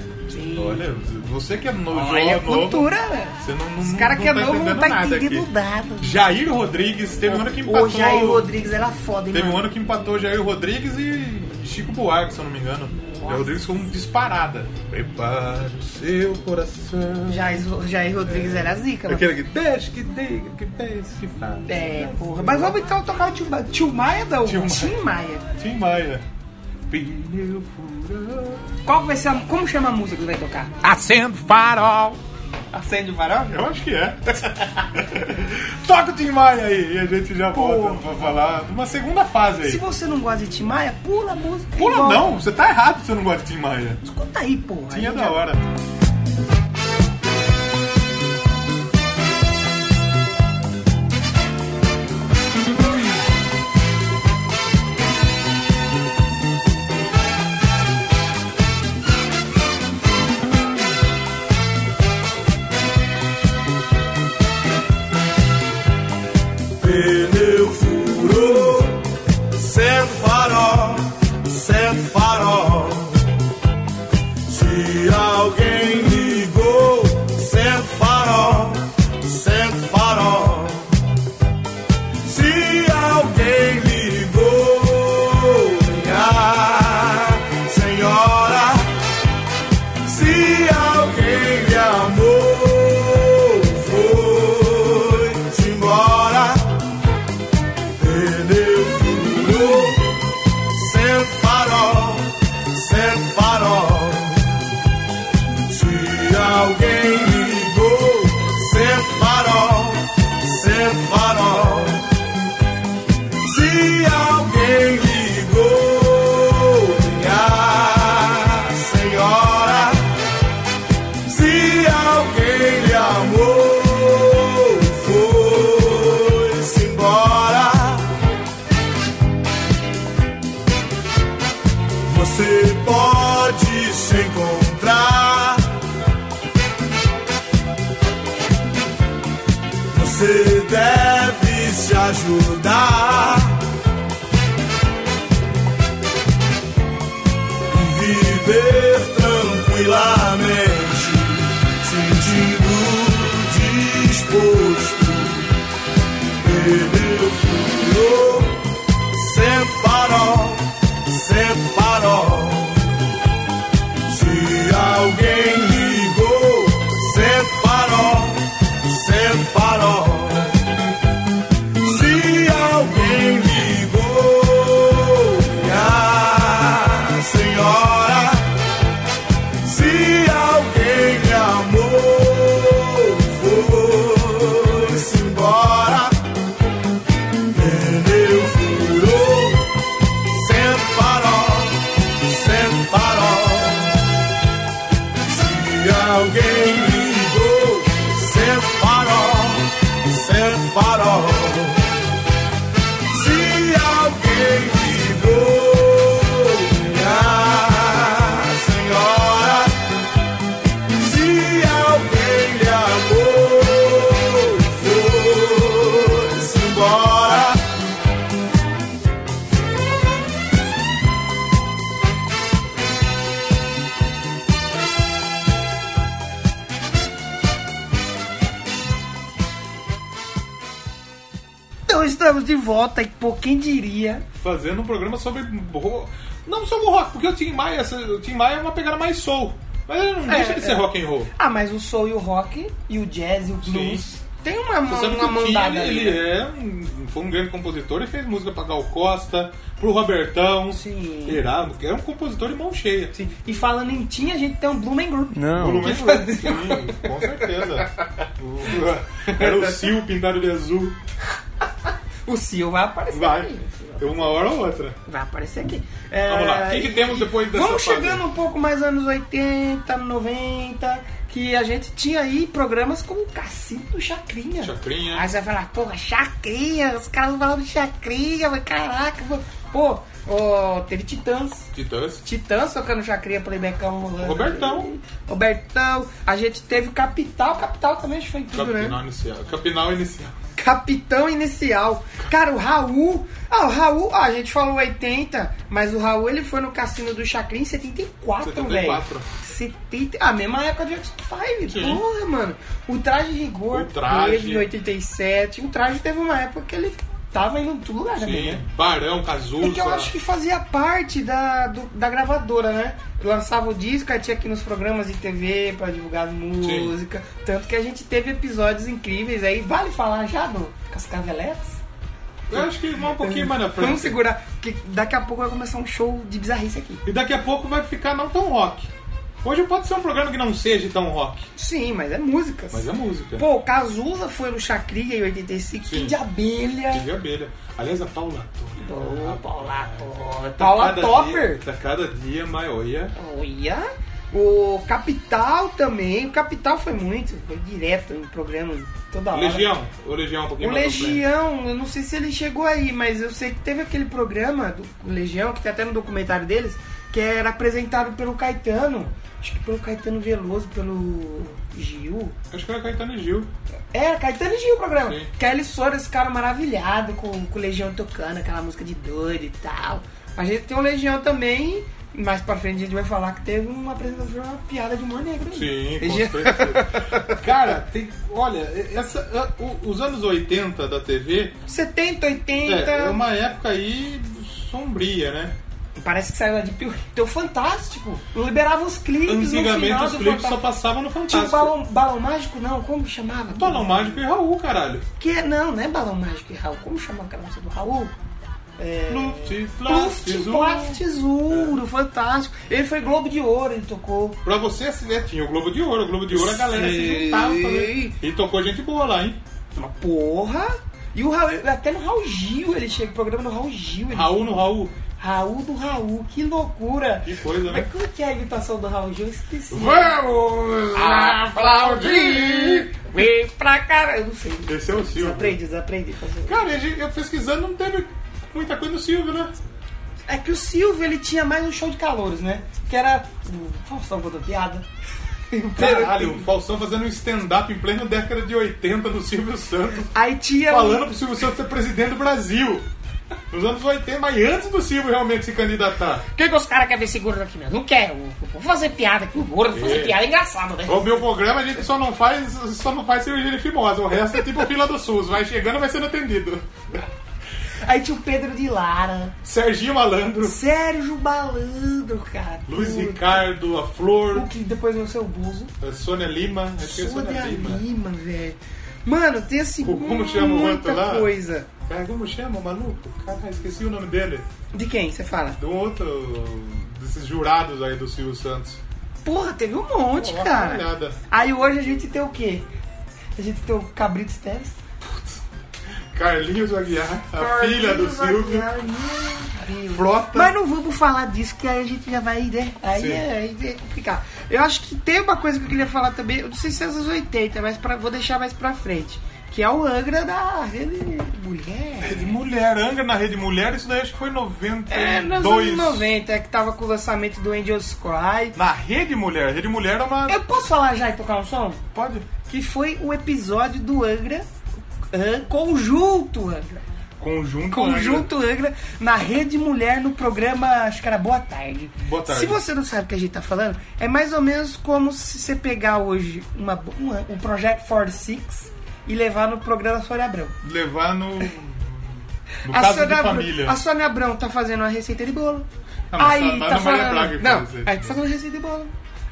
Olha, você que é no- Olha a novo, cultura, velho. você não, não, Os caras não que é tá novo não entendendo tá nada entendendo aqui. nada. Jair Rodrigues, teve um ano que empatou. O Jair Rodrigues era foda, hein, Teve um mano? ano que empatou Jair Rodrigues e Chico Buarque, se eu não me engano. Jair Rodrigues foi um disparada. Prepara o seu coração. Jair, Jair Rodrigues era zica, mano. Aquele É que deixa que diga, que pense, que fala. É, porra. Mas vamos então tocar o Tio, Ma... Tio Maia, não. Tio Tio Maia. Maia. Tim Maia. Pneu furou. Qual vai ser a... Como chama a música que vai tocar? Acendo farol. Acende o varal? Eu acho que é. Toca o Tim Maia aí e a gente já volta pra falar de uma segunda fase Se aí. você não gosta de Tim Maia, pula a música. e Pula volta. não, você tá errado se você não gosta de Tim Maia. Escuta aí, porra. Tinha Aí da já- hora. pneu furou, sendo farol, acende farol. Se alguém ligou, acende farol, acende farol. Se alguém ligou, minha senhora. Se alguém lhe amou, foi-se embora. Pneu furou, sem farol, sem farol. Se alguém ligou, sem farol, sem farol. Se alguém ligou, minha senhora, se alguém lhe amou, foi-se embora. Você pode se encontrar. Você deve se ajudar. e Viver tranquilamente, sentindo disposto. Bebeu, furou, sem farol, sem farol. Se alguém ligou, sem farol, sem farol. Se alguém ligou, minha senhora. Se alguém me amou, foi-se embora. Pneu furou, sem farol, sem farol. Se alguém ligou, sem farol, sem farol. Se alguém ligou, minha senhora. Se alguém lhe amou, foi-se embora. Então estamos de volta e pô, quem diria? Fazendo um programa sobre. ro- Não sobre o rock, porque o Tim Maia, essa- o Tim Maia é uma pegada mais soul. Mas ele não É, deixa de ser é. rock and roll. Ah, mas o soul e o rock, e o jazz e o blues, Sim. tem uma, uma, Você sabe que uma o Tim, ele, mandada ali, ele né? é um, foi um grande compositor e fez música pra Gal Costa, pro Robertão. Sim. Irado, que é um compositor de mão cheia. Sim. E falando em Tim, a gente tem um Blumen Group. Pelo Não. menos- Sim, com certeza. O- Era o Sil pintado de azul. O Sil vai aparecer Vai. aqui. Tem uma hora ou outra. Vai aparecer aqui. É, Vamos lá. O que, que temos depois dessa Vamos fase? chegando um pouco mais anos 80, 90, que a gente tinha aí programas como Cassino do Chacrinha. Chacrinha. Aí você vai falar, porra, Chacrinha, os caras falando Chacrinha, mas caraca, pô. pô, ó, teve Titãs. Titãs. Titãs tocando Chacrinha, Playbackão rolando. Robertão. Robertão. A gente teve o Capital, Capital também acho que foi tudo, né? Capinal inicial. Capinal inicial. Capitão Inicial. Cara, o Raul. Ah, o Raul, ah, a gente falou 80, mas o Raul ele foi no cassino do Chacrin em 74, velho. 74. 70. A mesma época de Jackson 5. Sim. Porra, mano. O traje de rigor O Traje. teve em 87. O traje teve uma época que ele tava indo em tudo lugar também, Sim. né? Barão, Cazuza. É que eu acho que fazia parte da, do- da gravadora, né? Lançava o disco, aí tinha aqui nos programas de TV pra divulgar as músicas. Tanto que a gente teve episódios incríveis aí. Vale falar já do Cascaveletes? Eu acho que vai um pouquinho mais na frente. Vamos segurar, porque daqui a pouco vai começar um show de bizarrice aqui. E daqui a pouco vai ficar não tão rock. Hoje pode ser um programa que não seja tão rock. Sim, mas é músicas. Mas é música. Pô, o Cazuza foi no Chacria em 85, Sim. Kid de abelha. Tive abelha. Aliás, a Paula Toller. Pô, Paula, Paula, Tá Paula cada Topper. Dia, tá cada dia maior. E é- Olha! O Capital também. O Capital foi muito, foi direto em programa toda hora. Legião. O Legião é um pouquinho O mais pra frente. Legião, eu não sei se ele chegou aí, mas eu sei que teve aquele programa do Legião, que tem até no documentário deles, que era apresentado pelo Caetano. Acho que pelo Caetano Veloso, pelo Gil. Acho que era Caetano e Gil. É, Caetano e Gil o programa. Sim. Que aí eles foram esse cara maravilhado com, com o Legião tocando aquela música de doido e tal. A gente tem o Legião também. Mais pra frente a gente vai falar que teve uma apresentação uma piada de humor negro. aí. Sim, com Legião... certeza. Cara, tem, olha, essa, a- o- os anos 80 da TV 70, 80. é, é uma época aí sombria, né? Parece que saiu lá de Piuí. Então, fantástico. Eu liberava os clipes no Antigamente final os do clipes só Fantástico. passavam no Tinha o Fantástico. Um balão, balão mágico, não? Como que chamava? Balão Mágico e Raul, caralho. Que, não, não é balão mágico e Raul. Como chamava aquela música do Raul? É... Luft, Plaft, Luft, Zu. Plaft, Zuro, fantástico. Ele foi Globo de Ouro, ele tocou. Pra você, assim, né? Tinha o Globo de Ouro. O Globo de Ouro a galera se Sim. juntava também. E tocou gente boa lá, hein? Uma porra. E o Raul, até no Raul Gil ele chega, programa do Raul Gil. Ele... Raul no Raul. Raul do Raul, que loucura. Que coisa, né? Mas como que é a imitação do Raul Gil? Eu esqueci. Vamos Aplaudir! Vem pra cara! Eu não sei. Esse é o Silvio. Desaprendi, desaprendi. fazer. Cara, eu, eu pesquisando não teve muita coisa do Silvio, né? É que o Silvio ele tinha mais um show de calores, né? Que era o Faustão contando piada. Caralho, o Faustão fazendo um stand-up em plena década de 80 do Silvio Santos. Aí tinha. um- Falando pro Silvio Santos ser presidente do Brasil. Nos anos 80, mas antes do Silvio realmente se candidatar. O que, que os caras querem ver seguro aqui mesmo? Não quero. Vou fazer piada aqui, humor, vou fazer É. piada engraçada, né? O meu programa a gente só não faz, só não faz cirurgia de fimosa. O resto é tipo fila do SUS. Vai chegando, vai sendo atendido. Aí tinha o Pedro de Lara, Serginho Malandro, Sérgio Malandro, cara. Luiz Puta. Ricardo, a Flor, O que depois vai ser o Bozo. a Sônia Lima. Acho que é Sônia Sônia Lima. Lima, velho. Mano, tem assim O- como chama o outro muita lá? coisa. Cara, É, como chama o maluco? Cara, esqueci o nome dele. De quem? Você fala? De um outro desses jurados aí do Silvio Santos. Porra, teve um monte, Porra, cara. olhada. Aí hoje a gente tem o quê? A gente tem o Cabrito Teles. Carlinhos Aguiar, a filha do Silvio. Frota. Mas não vamos falar disso, que aí a gente já vai, né? Aí Sim. é, aí é complicado. Eu acho que tem uma coisa que eu queria falar também, eu não sei se é anos 80, mas pra- vou deixar mais pra frente. Que é o Angra da Rede Mulher. Rede Mulher, Angra na Rede Mulher, isso daí acho que foi em É, nos 92. anos 90, é que tava com o lançamento do Angels Cry. Na Rede Mulher, Rede Mulher é uma. Eu posso falar já e tocar um som? Pode. Que foi o episódio do Angra, An- Conjunto Angra. Conjunto. Conjunto Angra na Rede Mulher no programa, acho que era Boa Tarde. Boa Tarde. Se você não sabe o que a gente tá falando, é mais ou menos como se você pegar hoje uma, uma- um Project 46 e levar no programa Sônia Abrão. Angra. Levar no. No a, caso de Sônia Abrão família. a Sônia Abrão tá fazendo uma receita de bolo. Ah, mas a- aí mas tá não Maria falando. Braga que não, faz receita. aí tá fazendo receita de bolo.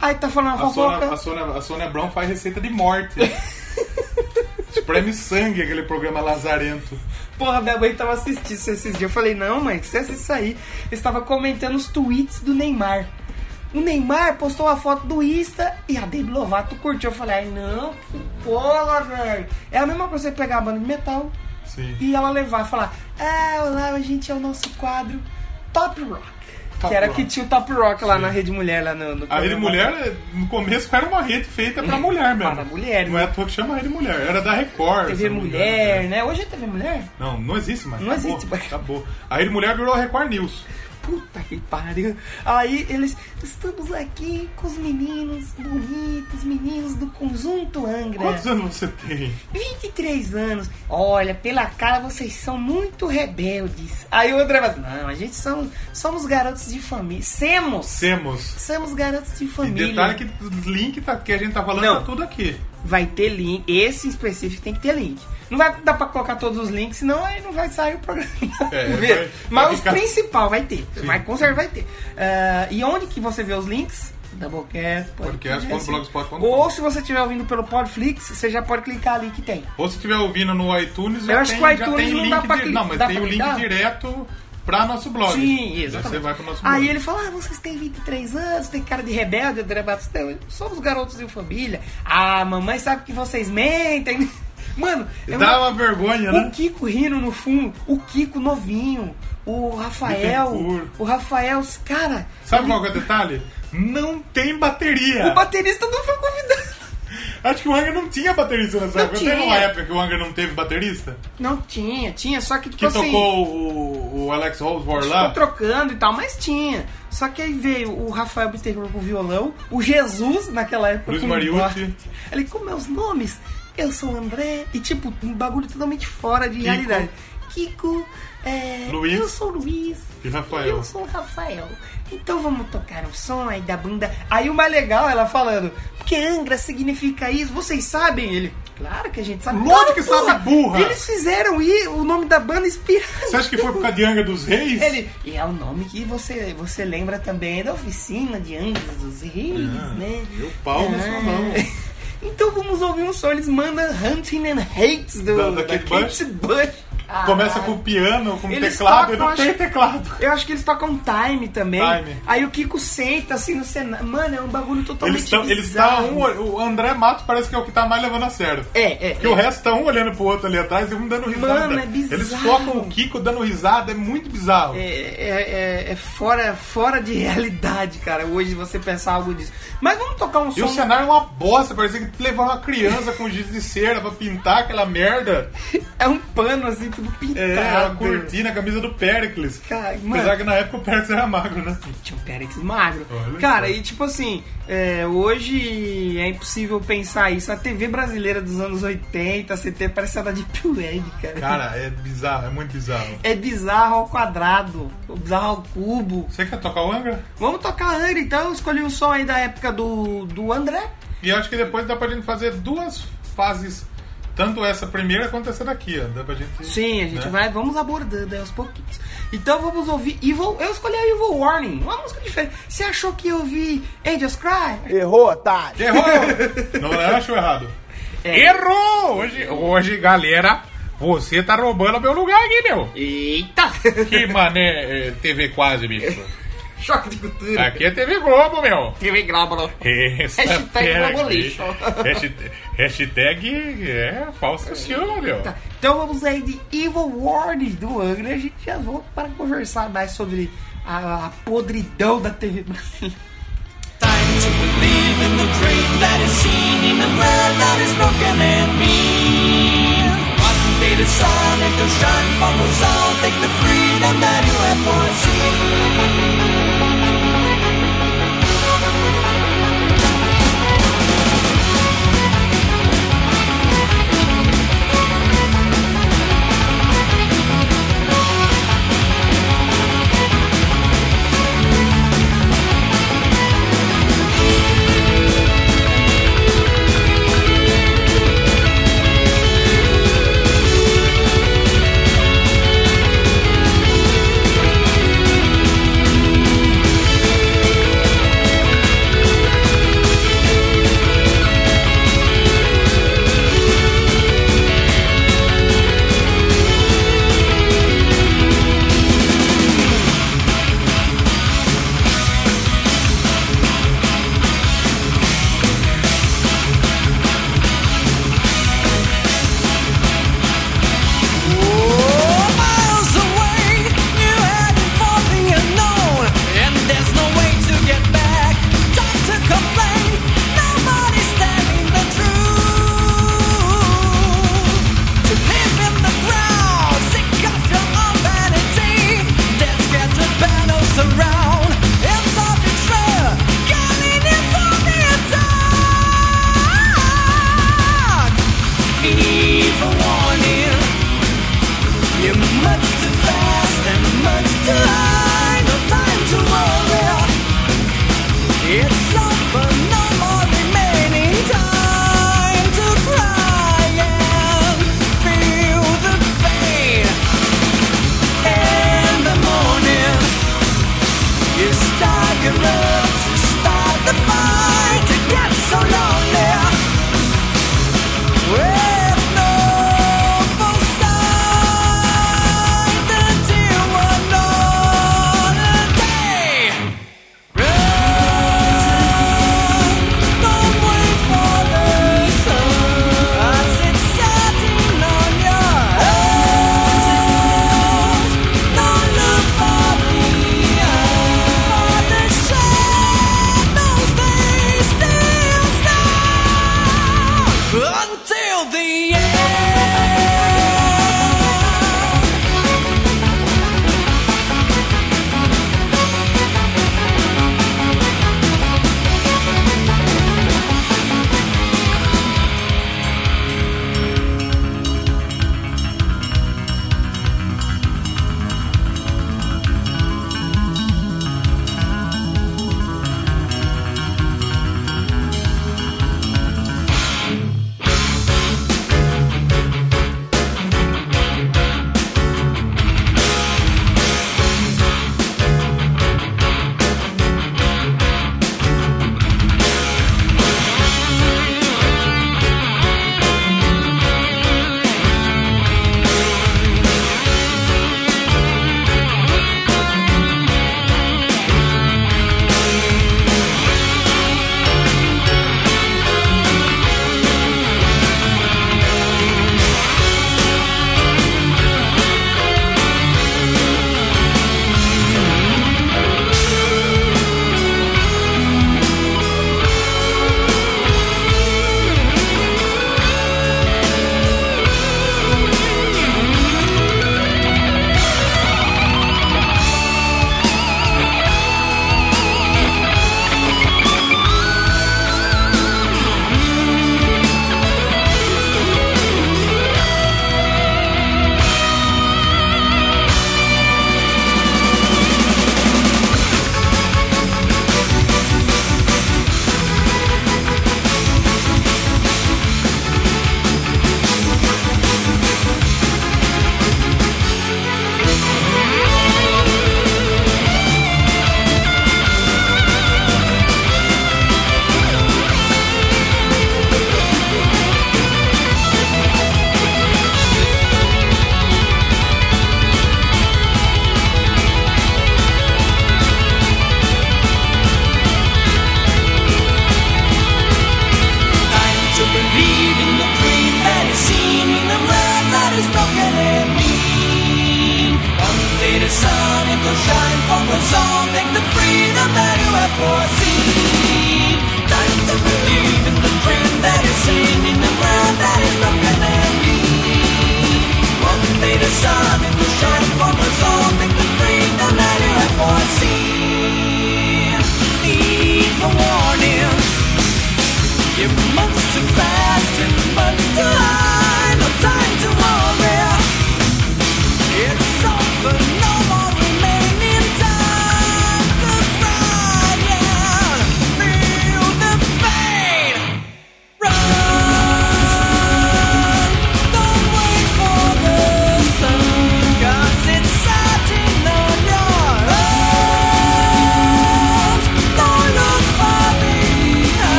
Aí tá falando uma A Sônia, fofoca. a, Sônia, a Sônia Brown faz receita de morte. Espreme sangue aquele programa lazarento. Porra, minha mãe tava assistindo isso esses dias. Eu falei, não, mãe, que você assiste isso aí. Eu estava comentando os tweets do Neymar. O Neymar postou uma foto do Insta e a Demi Lovato curtiu. Eu falei, ai não, que porra, velho. É a mesma coisa você pegar a banda de metal Sim. e ela levar e falar, ah, olá, a gente é o nosso quadro Top Rock. Top que era Rock. que tinha o Top Rock lá na Rede Mulher, lá no, no A Rede programa. Mulher, no começo, era uma rede feita pra mulher mesmo. Para mulheres. Não é à toa que chama Rede Mulher. Era da Record. TV se não me engano. né? Mulher, né? Hoje é TV Mulher? Não, não existe mais. Não acabou, existe mais. Acabou. A Rede Mulher virou a Record News. Puta que pariu. Aí eles, estamos aqui com os meninos bonitos, meninos do Conjunto Angra. Quantos anos você tem? 23 anos. Olha, pela cara vocês são muito rebeldes. Aí o André fala, não, a gente são, somos garotos de família. Semos. Temos. Somos garotos de E família. detalhe que os link tá, que a gente tá falando Não. tá tudo aqui. Vai ter link. Esse em específico tem que ter link. Não vai dar pra colocar todos os links, senão aí não vai sair o programa. É, Vê? vai- Mas vai os ficar- principal vai ter. Vai, com certeza vai ter. Ah, e onde que você vê os links? Doublecast, podcast. Podcast.blogspot.com. Ou se você estiver ouvindo pelo Podflix, você já pode clicar ali que tem. Ou se estiver ouvindo no iTunes, Eu já acho tem, que o já iTunes tem não link dá pra dire- cli- Não, mas dá tem pra o link clicar? direto pra nosso blog. Sim, Aí exatamente. Você vai pro nosso blog. Aí ele fala: ah, vocês têm 23 anos, tem cara de rebelde, André Matos. Não, somos garotos de família. Ah, mamãe sabe que vocês mentem. Mano, é Dá uma vergonha, O né? Kiko rindo no fundo, o Kiko novinho, o Rafael, Bittencourt. o Rafael, cara, Sabe qual que é o detalhe? Não tem bateria. o baterista não foi convidado. Acho que o Angra não tinha baterista nessa Não época. tinha. Teve uma época que o Angra não teve baterista? Não tinha, tinha, só que tipo Que assim, Tipo tocou o, o Alex Rosewar ficou lá? trocando e tal, mas tinha. Só que aí veio o Rafael Bittencourt com violão, o Jesus naquela época Luiz com Mariucci. bote. é um Ele, com meus nomes, eu sou o André, e tipo, um bagulho totalmente fora de realidade. Kiko. é, Luiz. Eu sou o Luiz. E Rafael. Eu sou o Rafael. Então vamos tocar um som aí da banda. Aí o mais legal, ela falando, porque Angra significa isso, vocês sabem? Ele, claro que a gente sabe. Lógico Claro, que sabe, burra! Eles fizeram i- o nome da banda inspirado. Você acha que foi por causa de Angra dos Reis? Ele, e é o nome que você, você lembra também da oficina de Angra dos Reis, né? E o Ah, pau na sua mão. Então vamos ouvir um som, eles mandam Hunting and Hates do, Da- da, da Kate Kate Bush. Começa com o piano, com o Eles teclado, tocam, e não tem acho- teclado. Eu acho que eles tocam time também. Time. Aí o Kiko senta assim no cenário. Mano, é um bagulho totalmente Eles estão. Eles tá bizarro. um, o André Matos parece que é o que tá mais levando a sério. É, é. Porque o resto tá um olhando pro outro ali atrás e um dando risada. Mano, é bizarro. Eles focam o Kiko dando risada, é muito bizarro. É, é, é- é fora, fora de realidade, cara. Hoje você pensar algo disso. Mas vamos tocar um som. E o cenário é uma bosta, parecia que levaram uma criança com giz de cera pra pintar aquela merda. É um pano assim, tudo É, a pintado. cortina, a camisa do Pericles. Cara, Apesar mano, que na época o Pericles era magro, né? tinha um Pérex magro. Olha cara, só. e tipo assim, é, hoje é impossível pensar isso. A TV brasileira dos anos 80, 70, parece é a da Deep Web, cara. Cara, é bizarro, é muito bizarro. É bizarro ao quadrado, é bizarro ao cubo. Você quer tocar o Angra? Vamos tocar Angra, então. Eu escolhi um som aí da época do, do André. E eu acho que depois dá pra gente fazer duas fases. Tanto essa primeira quanto essa daqui, ó. Dá pra gente. Sim, a gente né? vai, vamos abordando aí aos pouquinhos. Então vamos ouvir Evil. Eu escolhi a Evil Warning, uma música diferente. Você achou que eu ouvi Angels Cry? Errou, otário. Errou! não, não achou errado. É. Errou! Hoje, hoje, galera, você tá roubando meu lugar aqui, meu. Eita! Que mané é, TV quase, bicho. Choque de cultura. Aqui é TV Globo, meu. TV Grábalo. Essa Hashtag fera Globo aqui. lixo. Hashtag, hashtag é falso ciúme, meu. Tá, Então vamos aí de Evil Warning do Angra e a gente já volta para conversar mais sobre a, a podridão da TV brasileira. time to believe in the dream that is seen in the world that is broken and mean. One day the sun it will shine from us all. Take the freedom that you have foreseen. Thank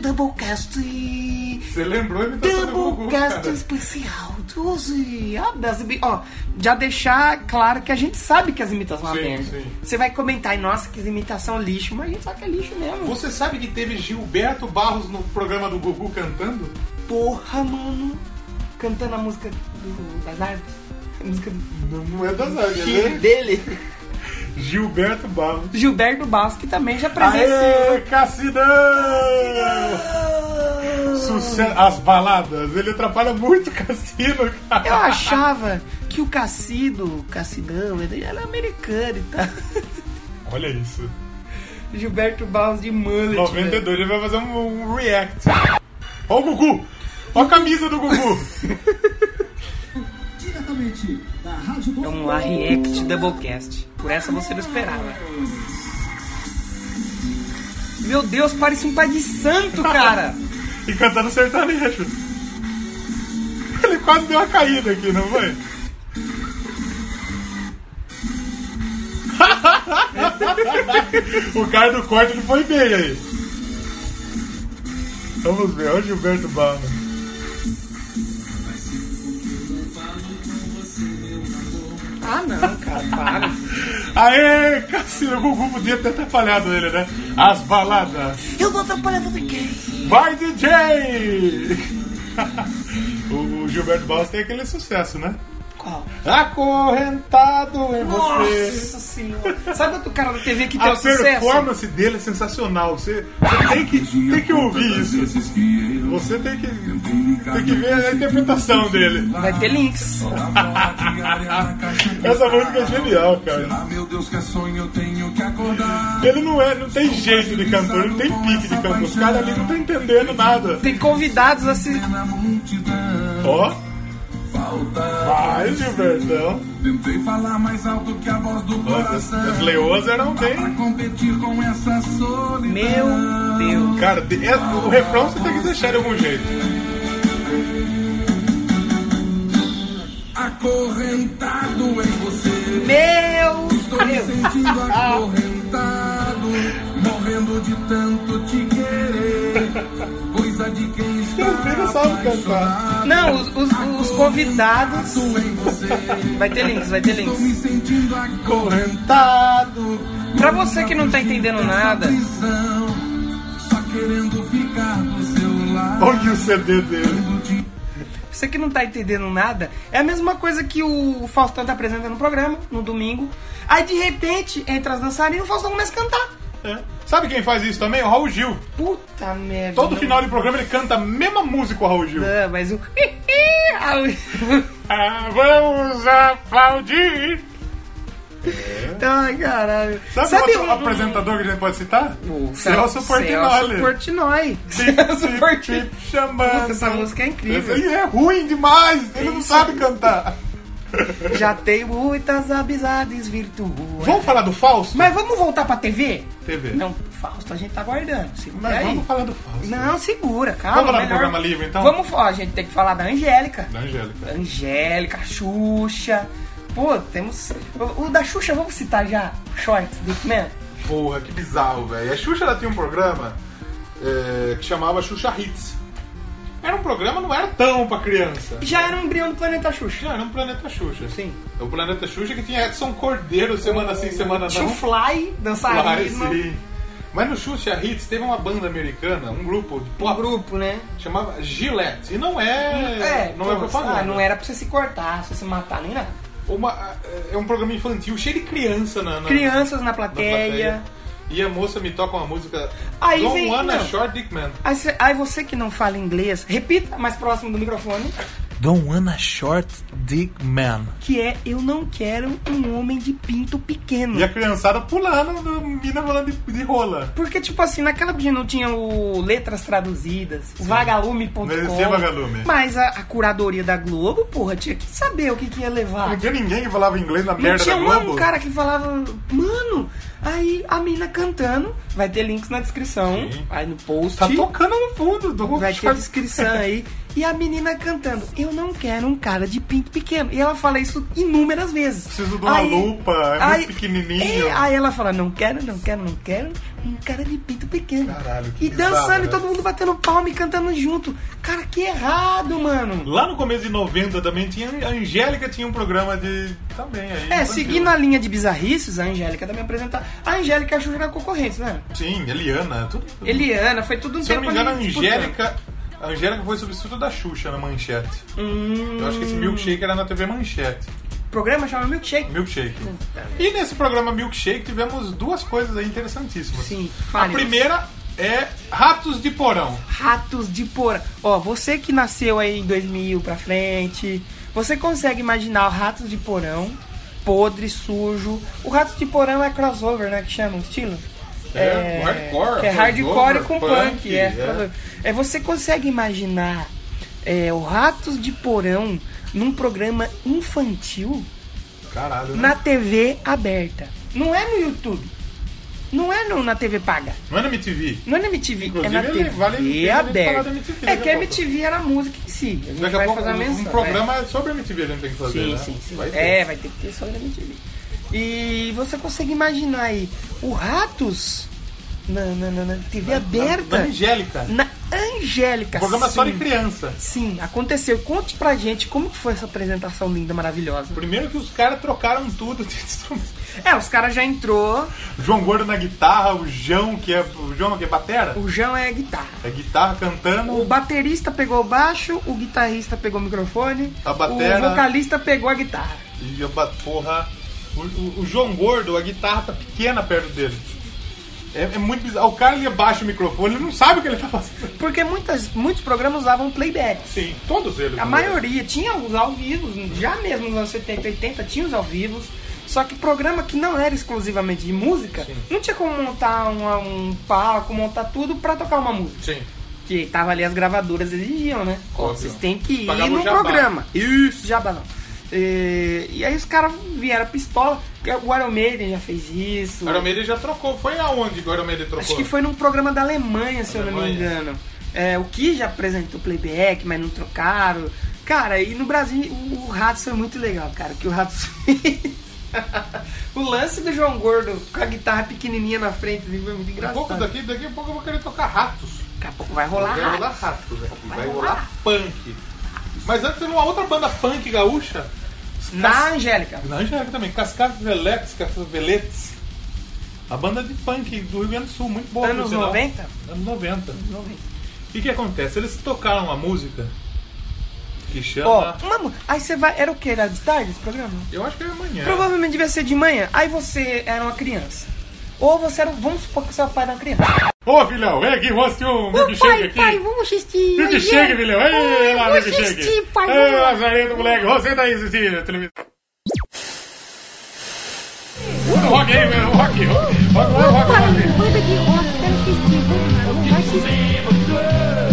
Doublecast. Você lembrou a imitação do Gugu, Doublecast cara? especial 12. Ah, das ibi- Ó, já deixar claro que a gente sabe que as imitações são uma Sim, merda. sim. Você vai comentar, e nossa, que imitação lixo, mas a gente sabe que é lixo mesmo. Você sabe que teve Gilberto Barros no programa do Gugu cantando? Porra, mano. Cantando a música do, das árvores. A música do Não, não é das águias, filho né? dele. Gilberto Barros. Gilberto Bastos, que também já presenciou. Aê, Cassinão! Sucesso, as baladas, ele atrapalha muito o Cassino, cara. Eu achava que o Cassido, Cassidão, ele era americano e tal. Olha isso. Gilberto Barros de mullet. né? velho. 92, ele vai fazer um, um react. Ó o Gugu! Ó a camisa do Gugu! É um react doublecast. Por essa você não esperava. Meu Deus, parece um pai de santo, cara. e cantando sertanejo. Ele quase deu uma caída aqui, não foi? o cara do corte ele foi bem aí. Vamos ver, olha o Gilberto Barra. ah, não, cara, para. Aê, Cassino, o Gugu podia ter atrapalhado ele, né? As baladas. Eu vou atrapalhar ninguém. Vai, DJ! o o Gilberto Barros tem aquele sucesso, né? Qual? Acorrentado em você. Nossa senhora. Sabe outro cara da TV que tem A o sucesso? performance dele é sensacional. Você, você tem, que, tem que ouvir isso. Você tem que, tem que ver a interpretação dele. Vai ter links. Essa música é genial, cara. Ah, meu Deus, que é sonho, eu tenho que acordar. Ele não é, não tem jeito de cantor, ele não tem pique de cantor. Os caras ali não tá entendendo nada. Tem convidados assim. Na multidão, Ó, falta. vai, Gilbertão. Tentei falar mais alto que a voz do As, coração. as leoas eram Pra bem. competir com essa solidão. Meu Deus. Cara, de- é- o refrão você tem que deixar de algum jeito. Acorrentado em você. Meu Estou me Deus. sentindo acorrentado, morrendo de tanto te querer. Coisa de quem está Meu filho sabe cantar. Não, os, os- os convidados. apaixonado em você. Vai ter links, vai ter Estou links. me sentindo acorrentado. Correntado. Pra você que não tá entendendo nada, Prisão, só querendo ficar do seu lado. Olha o CD dele. De Você que não tá entendendo nada, é a mesma coisa que o Faustão tá apresentando no programa, no domingo. Aí de repente, entra as dançarinas e o Faustão começa a cantar. É. Sabe quem faz isso também? O Raul Gil. Puta merda. Todo não- Né? um final de programa ele canta a mesma música, o Raul Gil. Não, mas o. Ah, vamos aplaudir! Ai, caralho. Sabe, Sabe outro um- apresentador que a gente pode citar? O Celso Portinoli. Celso Portinoli. Celso Celso Portinoli. chamando. Puta, essa música é incrível. Essa aí é ruim demais, ele não sabe cantar. Já tem muitas amizades virtuais. Vamos falar do Fausto? Mas vamos voltar pra TV? TV. Não, Fausto, a gente tá aguardando. Segura Mas aí. vamos falar do Fausto. Não, segura, calma. Vamos lá no melhor- programa livre, então? Vamos, ó, a gente tem que falar da Angélica. Da Angélica. Angélica, Xuxa. Pô, temos. O, o da Xuxa, vamos citar já. Short, Big Man. Porra, que bizarro, velho. A Xuxa ela tinha um programa é, que chamava Xuxa Hits. Era um programa, não era tão pra criança. Já era um embrião do é planeta Xuxa. Já era um Planeta Xuxa. Sim. O É um Planeta Xuxa que tinha Edson Cordeiro semana sim, semana Tio não. Fly, Claro, dançarino. sim. Mas no Xuxa Hits teve uma banda americana, um grupo de Um pop, grupo, né? chamava Gillette. E não é. não é pô, propaganda. ah, não era pra você se cortar, pra você se matar, nem nada. Uma- é um programa infantil cheio de criança na, na- Crianças na na plateia. plateia. E a moça me toca uma música Aí Don't vem- Wanna não. Short Dick Man. Aí você, aí você que não fala inglês, repita mais próximo do microfone, Don't Wanna Short Dick Man. que é Eu não quero um homem de pinto pequeno. E a criançada pulando, no- mina falando de, de rola. Porque, tipo assim, naquela época não tinha o Letras Traduzidas, o Não existia vagalume.com. Vagalume. Mas a, a curadoria da Globo, porra, tinha que saber o que, que ia levar. Não tinha ninguém que falava inglês na Ah. Não merda tinha da um Globo. cara que falava, mano, aí a mina cantando, vai ter links na descrição, Sim. aí no post. Tá tocando Tá no fundo do Vai ter descrição aí. E a menina cantando, eu não quero um cara de pinto pequeno. E ela fala isso inúmeras vezes. Preciso de uma lupa, é muito pequenininho. é, aí ela fala, não quero, não quero, não quero um cara de pinto pequeno. Caralho, que e dançando, bizarro, né? e todo mundo batendo palma e cantando junto. Cara, que errado, mano. Lá no começo de 90 também tinha. A Angélica tinha um programa de. Também aí. É, infantil. seguindo a linha de bizarrices, a Angélica também apresenta. A Angélica ajuda na concorrência, né? Sim, Eliana, tudo. tudo. Eliana, foi tudo um Se eu não tempo me engano, a ali disputando. Angélica. A Angélica foi substituta da Xuxa na manchete. Eu acho que esse milkshake era na TV Manchete. O Hum, programa chama Milkshake. Milkshake. E nesse programa Milkshake tivemos duas coisas aí interessantíssimas. Sim, A fale. primeira é Ratos de Porão. Ratos de Porão. Ó, você que nasceu aí em 2000 pra frente, você consegue imaginar o Ratos de Porão, podre, sujo. O Ratos de Porão é crossover, né? Que chama o estilo? É, com hardcore, Que é hardcore crossover, com punk. punk, é, é. crossover. É, você consegue imaginar é, o Ratos de Porão num programa infantil? Caralho, né? na TV aberta. Não é no YouTube. Não é no- na TV paga. Não é na MTV. Não é na MTV, Inclusive, é na ele TV vale- ele vale falar aberta. da MTV é daqui que a a pouco. MTV era a música em si. A gente né, Daqui a vai pouco fazer uma um menção, né? programa sobre a MTV a gente tem que fazer, Sim, né? sim, sim. Vai ter. é, vai ter que ter só na MTV. E você consegue imaginar aí o Ratos na, na, na- na TV Na, na aberta. Hum, assim. Angélica. Na, Angélica. Programa é só de sim. criança. Sim, aconteceu. Conte pra gente como que foi essa apresentação linda, maravilhosa. Primeiro que os caras trocaram tudo de instrumento. É, os caras já entrou. João Gordo na guitarra, o João que é. O João que é batera? O João é guitarra. É guitarra cantando. O baterista pegou o baixo, o guitarrista pegou o microfone, A batera. o vocalista pegou a guitarra. E eu bato, porra. O, o- o João Gordo, a guitarra tá pequena perto dele. É, é muito bizarro. O cara ele abaixa o microfone, ele não sabe o que ele tá fazendo. Porque muitas, muitos programas usavam playback. Sim, todos eles. né? A maioria tinha os ao vivo, já mesmo nos anos 70, 80 tinha os ao vivo. Só que programa que não era exclusivamente de música, não tinha como montar uma- um, palco, montar tudo pra tocar uma música. Sim. Que tava ali as gravadoras exigiam, né? Ó, Óbvio. Vocês têm que ir Pagava o no jabá. programa. Isso, jabá não. E, e aí os caras vieram pistola. O Iron Maiden já fez isso. O Aromeda já trocou. Foi aonde que o Aromeda trocou? Acho que foi num programa da Alemanha, se eu não me Alemanha. engano. É, o que já apresentou playback, mas não trocaram. Cara, e no Brasil o, o Ratos foi muito legal, cara. O que o Ratos fez. o lance do João Gordo com a guitarra pequenininha na frente dele foi muito Um engraçado. pouco daqui, daqui a pouco eu vou querer tocar ratos. Daqui a pouco vai né? rolar. Vai rolar Ratos. ratos aqui. Vai rolar. rolar punk. Mas antes era uma outra banda punk gaúcha. Na Angélica. Na Angélica também, Cascaveletes, Cascaveletes. A banda de punk do Rio Grande do Sul, muito boa. por Anos sinal. 90? Anos 90. E o que acontece? Eles tocaram uma música que Ó, chama. uma mu- aí você vai. Era o que? Era de tarde esse programa? Eu acho que é amanhã. Provavelmente devia ser de manhã. Aí você era uma criança. Ou você era. Vamos supor que você era o pai da criança. Ô filhão, vem aqui, vou assistir um milkshake aqui. vamos assistir. é. Milkshake, filhão. Ei, lá, vamos milkshake. assistir, tipo pai, Ei, vamos lá. lazareto, moleque. Você daí assistir a televisão. Uh, Rock aí, meu. Rock. Uh, Rock, rock, rock. rock. Banda de rock, quero assistir. Vamos lá, vamos assistir.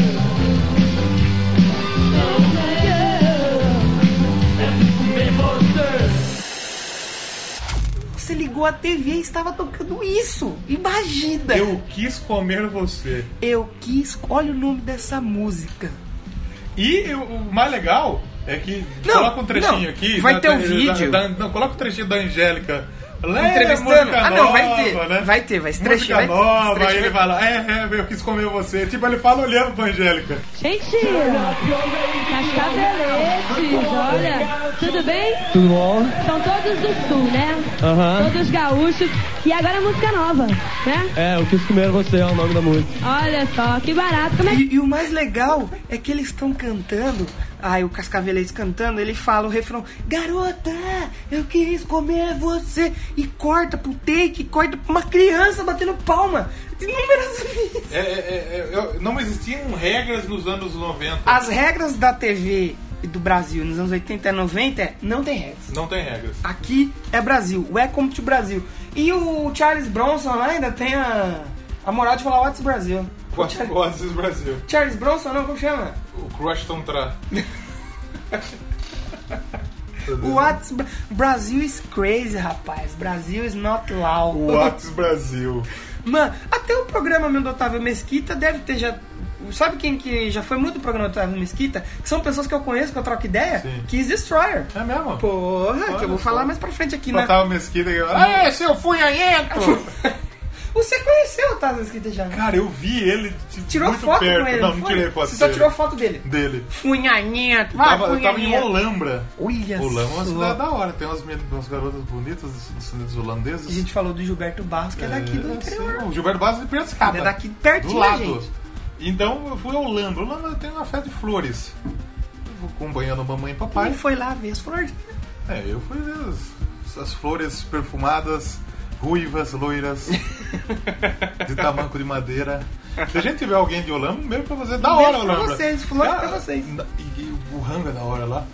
Você ligou a TV e estava tocando isso. Imagina. Eu quis comer você. Eu quis. Olha o nome dessa música. E eu- o mais legal é que Não, coloca um trechinho não, aqui. vai da- ter um da- vídeo. da- não, coloca o trechinho da Angélica. Leva Entrevistando. música Ah, não, nova, vai ter. né? Vai ter, vai esse Música trechinho. Vai ter, esse nova, aí trechinho ele vai fala, é, é, eu quis comer você. Tipo, ele fala olhando pra Angélica. Gente, cascaveletes, olha. Tudo bem? Tudo bom? São todos do sul, né? Aham. Todos gaúchos. E agora a música nova, né? É, eu quis comer você, é o nome da música. Olha só, que barato. Como é que E, e o mais legal é que eles estão cantando. Aí o Cascaveletes cantando, ele fala o refrão: Garota, eu quis comer você. E corta pro take, corta pra uma criança batendo palma. Inúmeras vezes. É, é, é, eu- não existiam regras nos anos 90. As regras da TV do Brasil nos anos 80 e 90 é, não tem regras. Não tem regras. Aqui é Brasil. Welcome to Brasil. E o Charles Bronson lá ainda tem a, a moral de falar What's Brasil. Quatro vozes Brasil. Charles Bronson não, como chama? O Crush Tantra. What's Bra- Brasil is crazy, rapaz. Brasil is not loud. What's Brasil. Mano, até o programa meu do Otávio Mesquita deve ter já Sabe quem que já foi muito do programa do Otávio Mesquita? Que são pessoas que eu conheço, que eu troco ideia. Kiss Destroyer. É mesmo? Porra, que eu vou só. falar mais pra frente aqui, né? Botava o Mesquita e eu... Ah, seu funhanhento! Você conheceu o Otávio Mesquita já? né? Cara, eu vi ele tipo, Tirou muito foto perto. com ele? não, não foi? tirei foto Você só dele. tirou Ah, foto dele. dele. Funhanhento, Eu vai, tava, eu tava em funhanhento. Holambra. Olha Holambra é uma é. só. cidade da hora. Tem umas, men- umas garotas bonitas dos dos Unidos holandeses. A gente falou do Gilberto Barros, que é daqui do É, interior. sim, o Gilberto Barros é de Piracicaba. É daqui do pertinho, da lado. gente. Então eu fui ao Holambra. Holambra tem uma festa de flores. Eu vou Acompanhando a mamãe e Ele papai. foi lá ver as flores. É, eu fui ver as, as flores perfumadas, ruivas, loiras, de tamanco de madeira. Se a gente tiver alguém de Olambra, mesmo pra você, da Um beijo hora, pra Olambra. vocês, flores pra Ah, vocês. É? na- E, e o rango é da hora lá.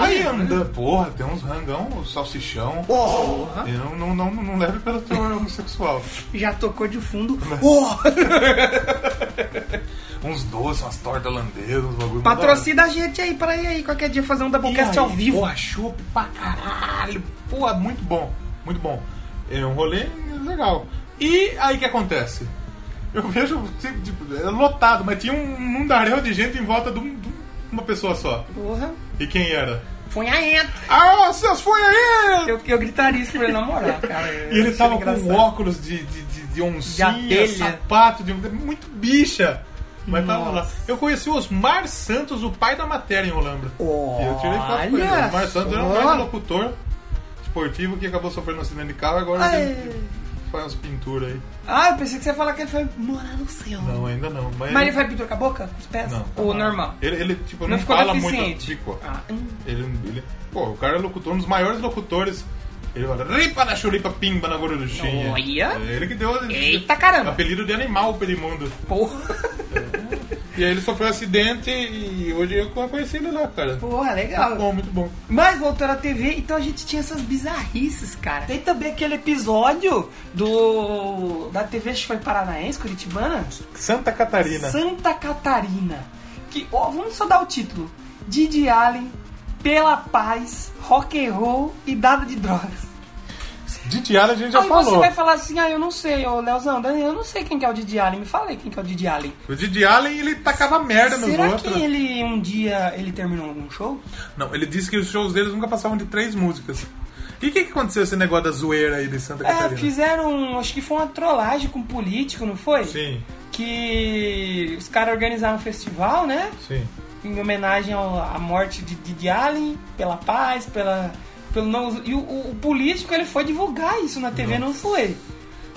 Aí anda, porra, tem uns rangão, um salsichão. Porra! E não, não, não, não leve pelo teu homossexual. Já tocou de fundo. Uns doces, umas tortas holandesas, uns bagulho. Patrocina a gente aí pra ir aí qualquer dia fazer um E Doublecast aí, ao vivo. Porra, show pra caralho. Porra, muito bom. Muito bom. É um rolê legal. E aí o que acontece? Eu vejo, tipo, tipo, é lotado, mas tinha um mundaréu de gente em volta de, um- de uma pessoa só. Porra. E quem era? Funhanhento. Ah, seus foi aí! Eu, eu gritaria isso pra ele namorar, cara. é E ele tava com um engraçado. óculos de, de, de, de oncinha, De abelha. sapato, de, um- muito bicha. Mas tava Nossa. lá. Eu conheci o Osmar Santos, o pai da matéria em Olambra. E eu tirei foto com ele. O Olha Osmar Santos era um só. grande locutor esportivo que acabou sofrendo um acidente de carro e agora Ai. ele faz umas pinturas aí. Ah, eu pensei que você ia falar que ele foi morar no céu. Não, ainda não. Mas, Mas ele vai pintura com a boca? Os pés? Não. tá Ou normal? Ele, ele, tipo, Não não, ficou fala muito. deficiente. Ficou. Ah, hum. Ele, ele, pô, o cara é locutor, um dos maiores locutores. Ele fala, ripa na churipa, pimba na gorduchinha. Olha. É ele que deu Eita caramba! apelido de animal pra ele mundo. Porra! E aí ele sofreu um acidente e hoje eu conheci ele lá, cara. Porra, legal. Muito bom, muito bom. Mas voltando à TV, então a gente tinha essas bizarrices, cara. Tem também aquele episódio do. da TV, acho que foi Paranaense, Curitibana? Santa Catarina. Santa Catarina. Que, ó, vamos só dar o título: Didi Allen, Pela Paz, Rock and Roll e Dada de Drogas. De Tiara a gente já Aí você falou. vai falar assim: ah, eu não sei, ô Leozão, Daniel, eu não sei quem que é o Didi Allen. Me fala aí quem que é o Didi Allen. O Didi Allen, ele tacava merda nos Será outros. que ele um dia ele terminou algum show? Não, ele disse que os shows deles nunca passavam de três músicas. E o que, que aconteceu esse negócio da zoeira aí de Santa É, Catarina? fizeram. Acho que foi uma trollagem com um político, não foi? Sim, que os caras organizaram um festival, né? sim. Em homenagem ao- à morte de Didi Allen, pela paz, pela. Pelo não, e o, o político ele foi divulgar isso na TV, não foi?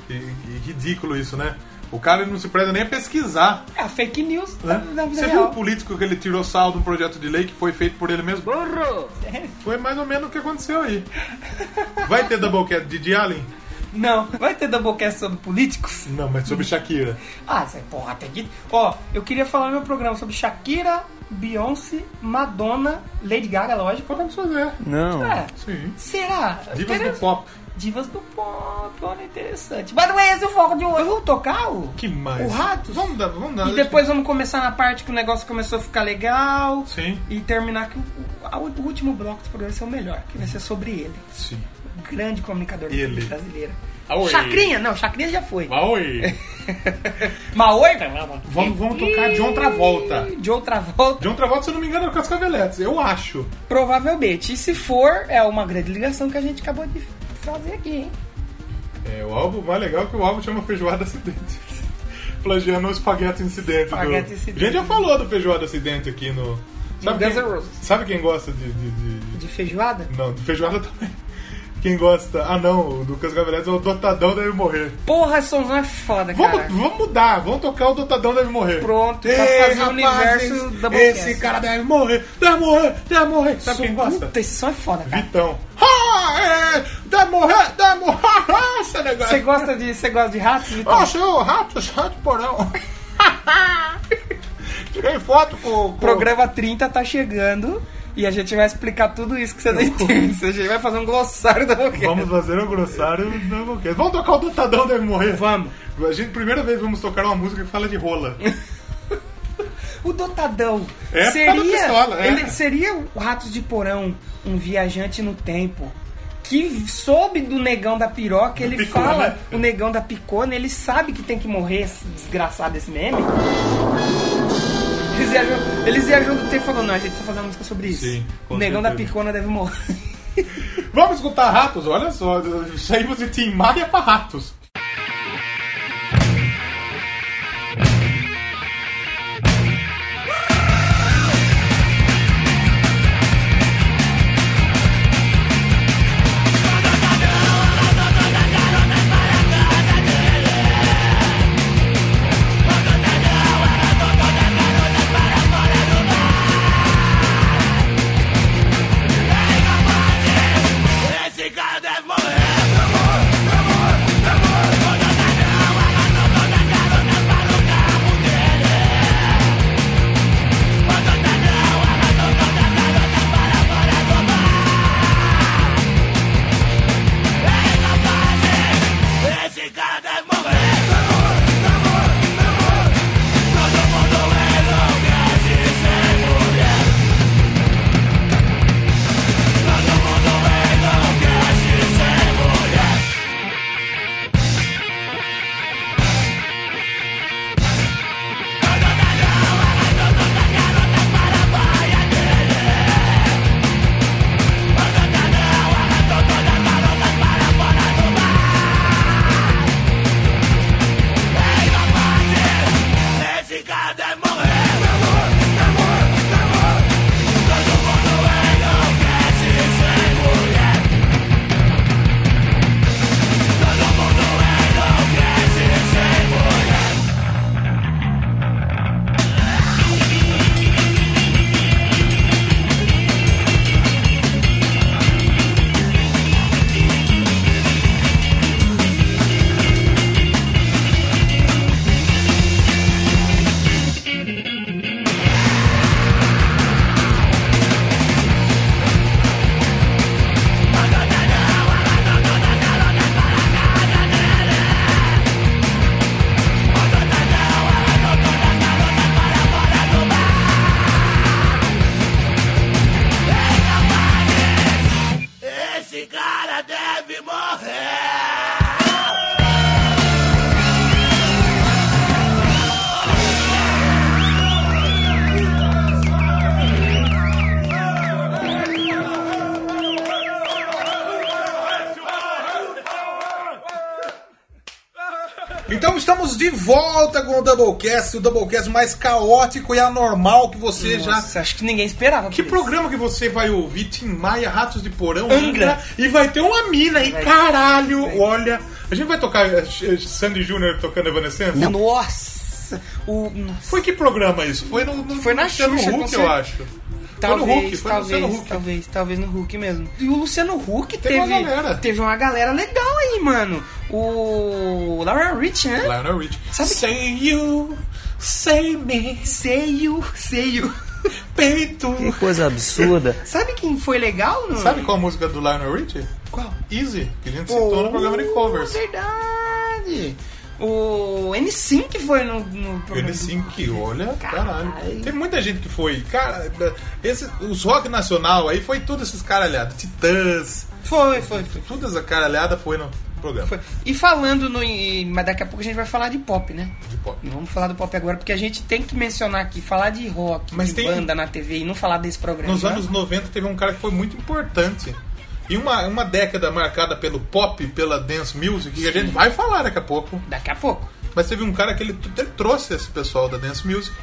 E, e ridículo isso, né? O cara ele não se preza nem a pesquisar. É a fake news né? da da vida Você viu real. o político que ele tirou sal de um projeto de lei que foi feito por ele mesmo? Foi mais ou menos o que aconteceu aí. Vai ter Doublecat de Didi Allen? Não, vai ter doublecast sobre políticos? Não, mas sobre Shakira. Ah, essa porra, tem que. Ó, eu queria falar no meu programa sobre Shakira, Beyoncé, Madonna, Lady Gaga, lógico. Podemos fazer. É, Sim. será? Divas Quero- do pop. Divas do pop, olha interessante. Mas não é esse o foco de hoje. Vamos tocar o. Que mais? O Ratos? Vamos dar, vamos dar. E depois vamos começar na parte que o negócio começou a ficar legal. Sim. E terminar que o, o- a- o último bloco do programa vai ser o melhor, que vai ser sobre ele. Sim. O grande comunicador da Ele. TV brasileira. Aoi. Chacrinha? Não, Chacrinha já foi. Maui. Maoi? vamos, vamos tocar John Travolta. De outra volta, John Travolta, se eu não me engano, é o Cascaveletes. Eu acho. provavelmente. E se for, é uma grande ligação que a gente acabou de fazer aqui, hein? É, o álbum mais legal é que o álbum chama Feijoada Acidente. Plagiando o Espaguete Incidente. do- Espaguete Incidente. A gente já falou do Feijoada Acidente aqui no... Sabe Guns quem, N' Roses. sabe quem gosta de... de- de- De feijoada? Não, do Feijoada também. Quem gosta... Ah, não. O do Cascaveletes é o Dotadão Deve Morrer. Porra, esse somzão é foda, Vamos, cara. vamos mudar. Vamos tocar o Dotadão Deve Morrer. Pronto, pra Ei, fazer o rapazes, universo da Esse cara deve morrer. Deve morrer. Deve morrer. Sabe Som- quem gosta? Puta, esse som é foda, cara. Vitão. Ah, é, deve morrer, deve morrer, esse negócio. Você gosta de, você gosta de ratos, Então, Vitão? Ó, seu rato, rato porão. Tirei foto com, com... O programa 30 tá chegando e a gente vai explicar tudo isso que você não entende. A gente vai fazer um glossário da boquete. Vamos fazer o grossário da boquete. Vamos tocar o Dotadão Deve Morrer. Vamos. A gente, primeira vez, vamos tocar uma música que fala de rola. O Dotadão É, tá na seria. pistola, é. ele- seria o Ratos de Porão, um viajante no tempo. Que soube do negão da piroca, ele picô, fala, né? né? o negão da picona, ele sabe que tem que morrer esse desgraçado esse meme. viajam, eles viajam do tempo e falaram, não, a gente precisa fazer uma música sobre isso. Sim, com o negão da certeza. picona deve morrer. Vamos escutar ratos, olha só. Saímos de Tim Maia pra ratos. Então estamos de volta com o Doublecast, o Doublecast mais caótico e anormal que você já. Nossa, acho que ninguém esperava. Que por isso. programa que você vai ouvir? Tim Maia, Ratos de Porão, Angra. Angra, e vai ter uma mina aí, caralho, olha. A gente vai tocar eh, eh, Sandy Júnior tocando Evanescence? Nossa! O... Nossa. Foi que programa isso? Foi no, no Foi na Luciano Xuxa, com Huck, eu certeza. acho. Talvez, foi no Huck, foi no talvez, Luciano Huck. talvez, talvez no Hulk mesmo. E o Luciano Huck teve, Teve uma galera. teve uma galera legal aí, mano. O Laura Rich, né? Lionel Rich. Sabe- Say you, say me, Seio, seio. peito. Coisa absurda. Sabe quem foi legal? No... Sabe qual a música do Lionel Rich? qual? Easy, que a gente citou Oh. no programa de covers. Verdade. O N5 foi no, no programa. N5, que olha, caralho. Tem muita gente que foi. Cara, esse, os rock nacional aí foi todos esses caralhados. Titãs, Foi, foi, foi. todas as caralhadas foi no programa. foi. E falando no. e- Mas daqui a pouco a gente vai falar de pop, né? De pop. Vamos falar do pop agora, porque a gente tem que mencionar aqui, falar de rock, Mas de tem- banda na TV e não falar desse programa. Nos né? anos 90 teve um cara que foi muito importante. E uma, uma década marcada pelo pop, pela dance music, que a gente vai falar daqui a pouco. Daqui a pouco. Mas teve um cara que ele, ele trouxe esse pessoal da dance music.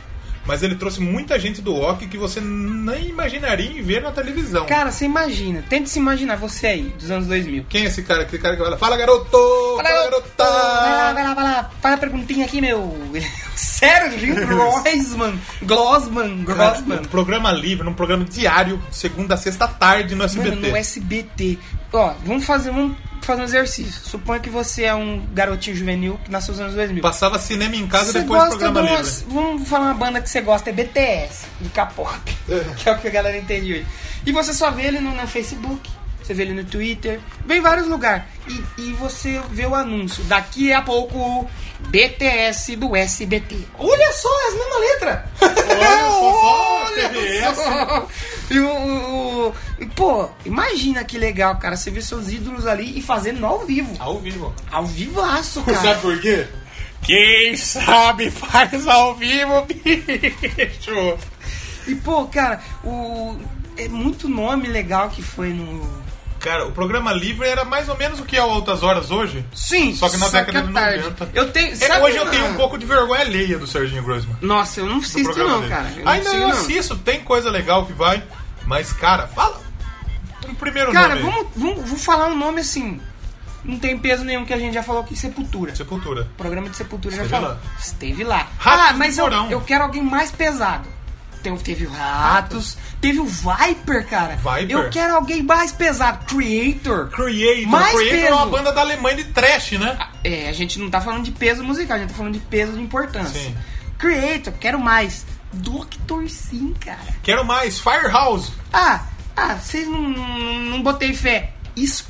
Mas ele trouxe muita gente do rock que você nem imaginaria em ver na televisão. Cara, você imagina, tente se imaginar você aí, dos anos 2000. Quem é esse cara? Aquele cara que fala, fala garoto! Fala, garota! Vai lá, Ah, vai lá, vai lá. Faz a perguntinha aqui, meu. Sérgio Grossman. Glossman. Grossman. Num programa livre, num programa diário, de segunda a sexta à tarde no SBT. Mano, no SBT. Ó, vamos fazer, um- fazer um exercício. Suponha que você é um garotinho juvenil que nasceu nos anos 2000. Passava cinema em casa Você depois do gosta programa de livre. umas- Vamos falar uma banda que você gosta, é BTS, do K-pop. que é o que a galera entende hoje. E você só vê ele no, no Facebook, você vê ele no Twitter, vê em vários lugares. E, e você vê o anúncio. Daqui a pouco, BTS do SBT. Olha só, é as mesma letra! Olha só, só Olha TVS. só. E o, o- o- e, Pô, imagina que legal, cara. Você vê seus ídolos ali e fazendo no ao vivo. Ao vivo. Ao vivaço, cara. Sabe por quê? Quem sabe faz ao vivo, bicho. E, pô, cara, o. É muito nome legal que foi no. Cara, o programa livre era mais ou menos o que é o Altas Horas hoje. Sim, Só que na década é de tarde. 90. Eu tenho. É, sabe hoje eu uma- tenho um pouco de vergonha alheia do Serginho Grossman. Nossa, eu não do assisto programa não, dele. cara. Eu Ainda não eu assisto, não. assisto, tem coisa legal que vai. Mas, cara, fala um primeiro Cara, nome. aí. vamos, vamos, vou falar um nome assim. Não tem peso nenhum que a gente já falou que Sepultura. Sepultura. O programa de Sepultura já Esteve falou. lá. Esteve lá. Ratos ah, mas do eu, Porão. eu quero alguém mais pesado. Então, teve o Ratos, teve o Viper, cara. Viper? Eu quero alguém mais pesado. Creator. Creator. Mais Creator é peso. uma banda da Alemanha de trash, né? É, a gente não tá falando de peso musical, a gente tá falando de peso de importância. Sim. Creator, quero mais. Doctor Sim, cara. Quero mais. Firehouse. Ah, ah, vocês não, não, não botei fé.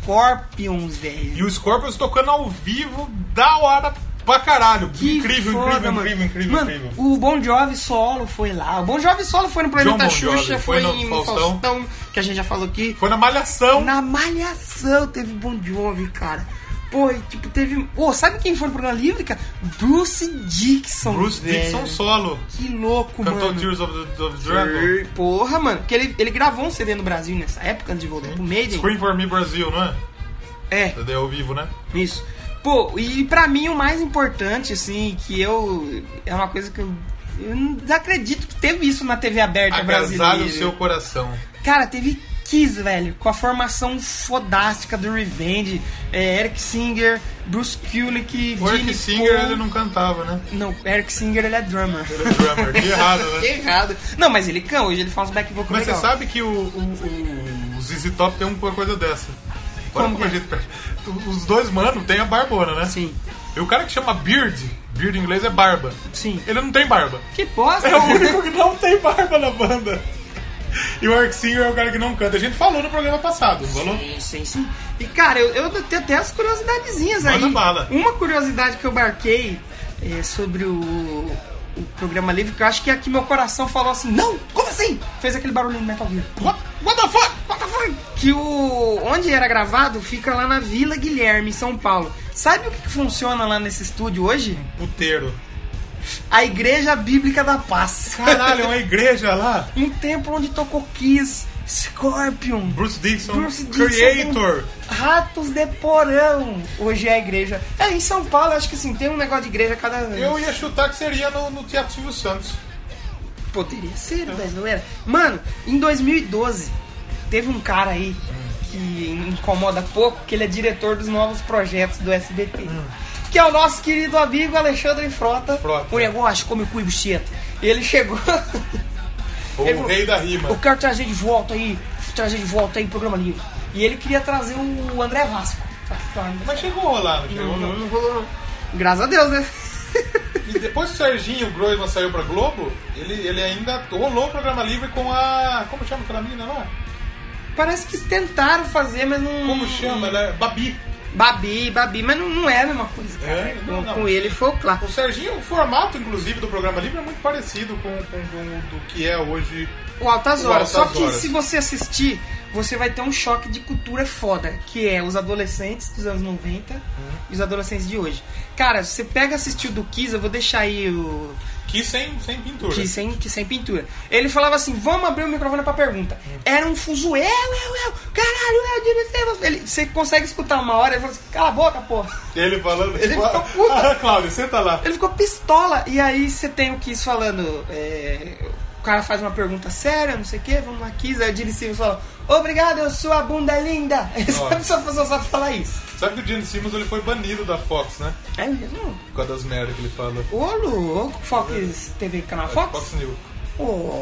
Scorpions, velho. E o Scorpions tocando ao vivo, da hora pra caralho. Que incrível, foda, incrível, mano. incrível, incrível, Mano, incrível. O Bon Jovi solo foi lá. O Bon Jovi solo foi no Planeta John Bon Jovi, Xuxa, foi, foi no em Faustão. Faustão. que a gente já falou aqui. Foi na Malhação. Na Malhação teve Bon Jovi, cara. Pô, e, tipo, teve... Ô, sabe quem foi no programa livre, cara? Bruce Dixon, Bruce velho. Dixon solo. Que louco, Cantou mano. Tears of the, of the Dragon. Porra, mano. Porque ele, ele gravou um CD no Brasil nessa época, antes de voltar pro Maiden. Scream for Me Brasil, não é? É, Daí ao vivo, né? Isso. Pô, e pra mim o mais importante, assim, que eu. É uma coisa que eu. Eu não acredito que teve isso na TV aberta Agasalha brasileira. o seu coração. Cara, teve Kiss, velho, com a formação fodástica do Revenge. É, Eric Singer, Bruce Kulick, O Eric Gene Singer, Paul. ele não cantava, né? Não, Eric Singer ele é drummer. Ele é drummer. Que errado, né? Errado. Não, mas ele canta, hoje ele faz uns back vocal Mas você legal. sabe que o, o, o, o ZZ Top tem uma coisa dessa. Olha Como a que é? gente perde. Os dois, mano, tem a barbona, né? Sim. E o cara que chama Beard, Beard em inglês é barba. Sim. Ele não tem barba. Que bosta! né? É o único que não tem barba na banda. E o Eric Singer é o cara que não canta. A gente falou no programa passado, não falou? Sim, sim, sim. E cara, eu, eu tenho até as curiosidadezinhas aí. Manda bala. Uma curiosidade que eu marquei é, sobre o, o programa livre, que eu acho que aqui meu coração falou assim, não, como assim? Fez aquele barulhinho do Metal Gear. What, what the fuck? What the fuck? Que o. onde era gravado fica lá na Vila Guilherme, em São Paulo. Sabe o que, que funciona lá nesse estúdio hoje? Puteiro. A Igreja Bíblica da Paz. Caralho, é uma igreja lá. Um templo onde tocou Kiss, Scorpion, Bruce Dixon, Bruce Dixon, Creator. Ratos de Porão. Hoje é a igreja. É, em São Paulo, acho que sim, tem um negócio de igreja cada vez. Eu ia chutar que seria no, no Teatro Silvio Santos. Poderia ser, mas não era. Mano, em 2012, teve um cara aí que incomoda pouco, que ele é diretor dos novos projetos do SBT. Que é o nosso querido amigo Alexandre Frota. Frota. O negócio come o cu e bucheta. Ele chegou... O Ele falou, rei da rima. Eu quero trazer de volta aí, trazer de volta aí o programa livre. E ele queria trazer o André Vasco. Só que o André Mas chegou a rolar, não chegou? não, não Não. rolou, não. Graças a Deus, né? E depois que o Serginho Groisman saiu pra Globo, ele, ele ainda rolou o programa livre com a. Como chama aquela menina lá? Parece que tentaram fazer, mas não. Como chama? Ela é Babi. Babi, Babi, mas não, não é a mesma coisa, cara. É? Com- Não, não. Com ele foi o claro. O Serginho, o formato, inclusive, do programa livre é muito parecido com, com- com o do que é hoje. O Altas O Horas. Só Altas que Horas. se você assistir, você vai ter um choque de cultura foda, que é os adolescentes dos anos 90 Uhum. e os adolescentes de hoje. Cara, você pega e assistiu do Kiss, eu vou deixar aí o. Que sem, sem pintura. Que sem, que sem pintura. Ele falava assim: vamos abrir o microfone pra pergunta. Uhum. Era um fuzué, eu, eu, eu, caralho, eu, eu, eu, eu. Ele, você consegue escutar uma hora e fala assim: cala a boca, porra. Ele falando. Ele ficou puto. Ah, Cláudio, senta lá. Ele ficou pistola. E aí você tem o Kiss falando. é, o cara faz uma pergunta séria, não sei o que, vamos lá, Kiss. Aí o Gene Simmons fala: Obrigado, sua bunda linda. Sabe, só, só sabe falar isso. Sabe que o Gene Simmons ele foi banido da Fox, né? É mesmo? Por causa das merdas que ele fala. Ô, louco, Fox TV Canal Fox? Fox News.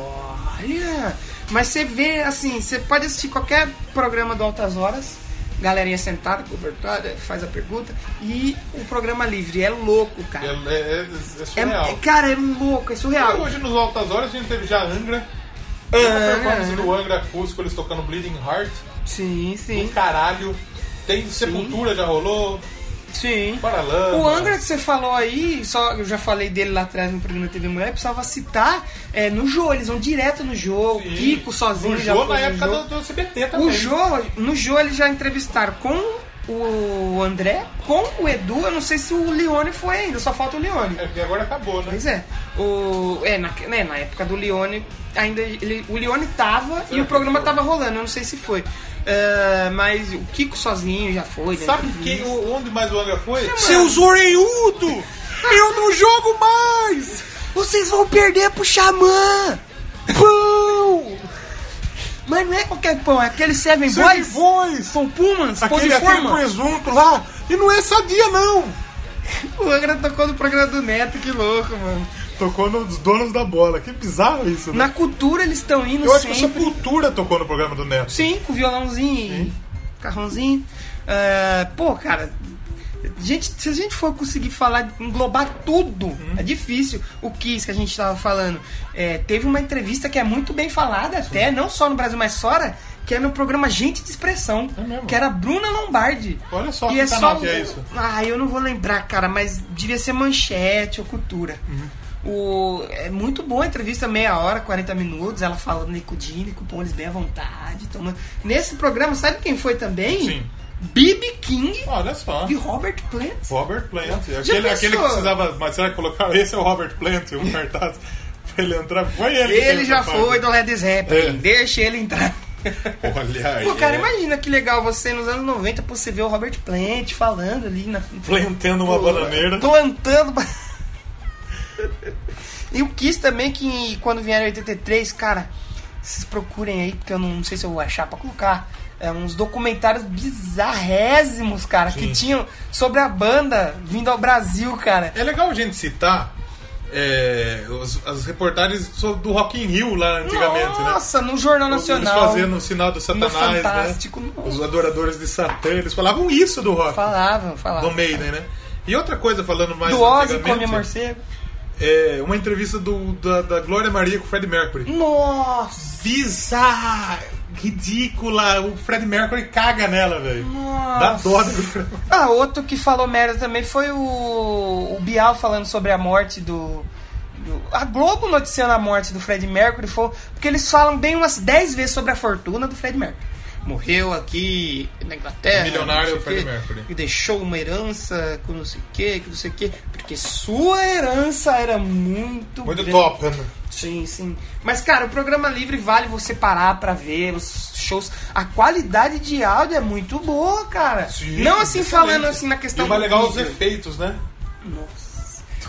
Olha! Mas você vê, assim, você pode assistir qualquer programa do Altas Horas, galerinha sentada, cobertada, faz a pergunta, e o programa livre. É louco, É, cara. é, é, é É, surreal. é- cara, é louco, é surreal. É. Hoje nos Altas Horas a gente teve já Angra. Teve uma performance do Angra acústico, eles tocando Bleeding Heart. Sim, Do sim, caralho. Tem Sepultura, já rolou. sim. Paralama. O Angra é que você falou aí, só eu já falei dele lá atrás no programa TV Mulher, precisava citar é, no jogo, eles vão direto no jogo, Sim. Kiko sozinho O já Jô foi na no época Jô. do, do CBT também. O Jô, no Jô eles já entrevistaram com o André com o Edu. Eu não sei se o Leone foi ainda, só falta o Leone. É porque agora acabou, né? Pois é. O, é, na, né, na época do Leone, ainda ele- o Leone tava e o programa tava rolando, eu não sei se foi. Ah, mas o Kiko sozinho já foi. né? Sabe quem, o- onde mais o Angra foi? Seus orelhudos! Eu não jogo mais! Vocês vão perder pro Xamã! Pão! Mas não é qualquer pão, é aquele Seven, Seven Boys? Boys! São Pumas? Pão de Aquele, aquele forma? presunto lá! E não é sadia, não! O Angra tocou no programa do Neto, que louco, mano. Tocou nos donos da bola. Que bizarro isso, né? Na cultura eles estão indo Eu acho que sempre. o Sepultura tocou no programa do Neto. Sim, com violãozinho, e carrãozinho. Ah, pô, cara, gente, se a gente for conseguir falar, englobar tudo, Uhum. é difícil. O Kiss que a gente tava falando, é, teve uma entrevista que é muito bem falada até, não só no Brasil, mas fora, que é no programa Gente de Expressão, É mesmo? que era a Bruna Lombardi. Olha só e que é canal só que é isso. Ah, eu não vou lembrar, cara, mas devia ser manchete ou cultura. Uhum. O... É muito boa a entrevista, meia hora, 40 minutos, ela falando Nicodine, com eles bem à vontade. Tomando... Nesse programa, sabe quem foi também? Sim. B.B. King Olha só. e Robert Plant. Robert Plant. Aquele, pensou? aquele que precisava. Mas será que colocaram? Esse é o Robert Plant, um cartaz pra ele entrar. Foi ele. que Ele fez já essa foi parte. do Led Zeppelin, tá É. deixa ele entrar. Olha aí. Pô, cara, é. imagina que legal você nos anos 90, pô, você vê o Robert Plant falando ali na. Plantando uma bananeira. Plantando. ba- e o Kiss também, que quando vieram em 83, cara, vocês procurem aí, porque eu não sei se eu vou achar pra colocar. É, uns documentários bizarrésimos, cara, que tinham sobre a banda vindo ao Brasil, cara. É legal a gente citar é, os- as reportagens sobre- do Rock in Rio lá antigamente, né? Nossa, no Jornal Os- Nacional. Eles fazendo o sinal do satanás, Fantástico, né? nossa. Os adoradores de Satã, eles falavam isso do rock, Falavam, falavam. do Maiden, né? E outra coisa, falando mais Do Ozzy come antigamente, né? morcego. é uma entrevista do- da, da Glória Maria com o Fred Mercury. Nossa! bizarra, ridícula. O Fred Mercury caga nela, velho. Dá dó do Fred Mercury. Ah, outro que falou merda também foi o, o Bial falando sobre a morte do, do- A Globo noticiando a morte do Fred Mercury. Foi, porque eles falam bem umas 10 vezes sobre a fortuna do Fred Mercury. Morreu aqui na Inglaterra. Milionário não sei o Fred quê, Mercury. E deixou uma herança com não sei o que, que não sei o que. Porque sua herança era muito. Muito grande. top, né? Sim, sim. Mas, cara, o programa livre vale você parar pra ver os shows. A qualidade de áudio é muito boa, cara. Sim, Não assim excelente. falando assim na questão E o mais do legal os vídeo. efeitos, né? Nossa.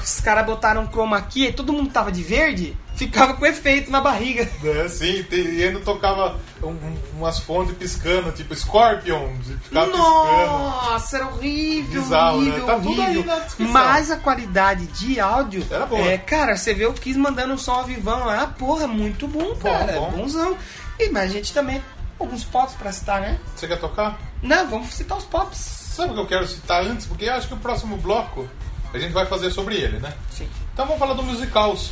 Os caras botaram chroma aqui e todo mundo tava de verde, ficava com efeito na barriga. É, sim, tem- e ainda tocava um- um- umas fontes piscando, tipo Scorpion, de ficar Nossa, era horrível, Bizarro, né? horrível, Tá tudo horrível. aí na descrição. Mas a qualidade de áudio. Era boa. É, cara, você vê o Kiss mandando um som ao vivão lá, porra, muito bom, cara. bom. Bonzão. E, mas a gente também. Alguns pops pra citar, né? piscando. Você quer tocar? Não, vamos citar os pops. Sabe o que eu quero citar antes? Porque eu acho que o próximo bloco a gente vai fazer sobre ele, né? Sim. Então vamos falar do musicals.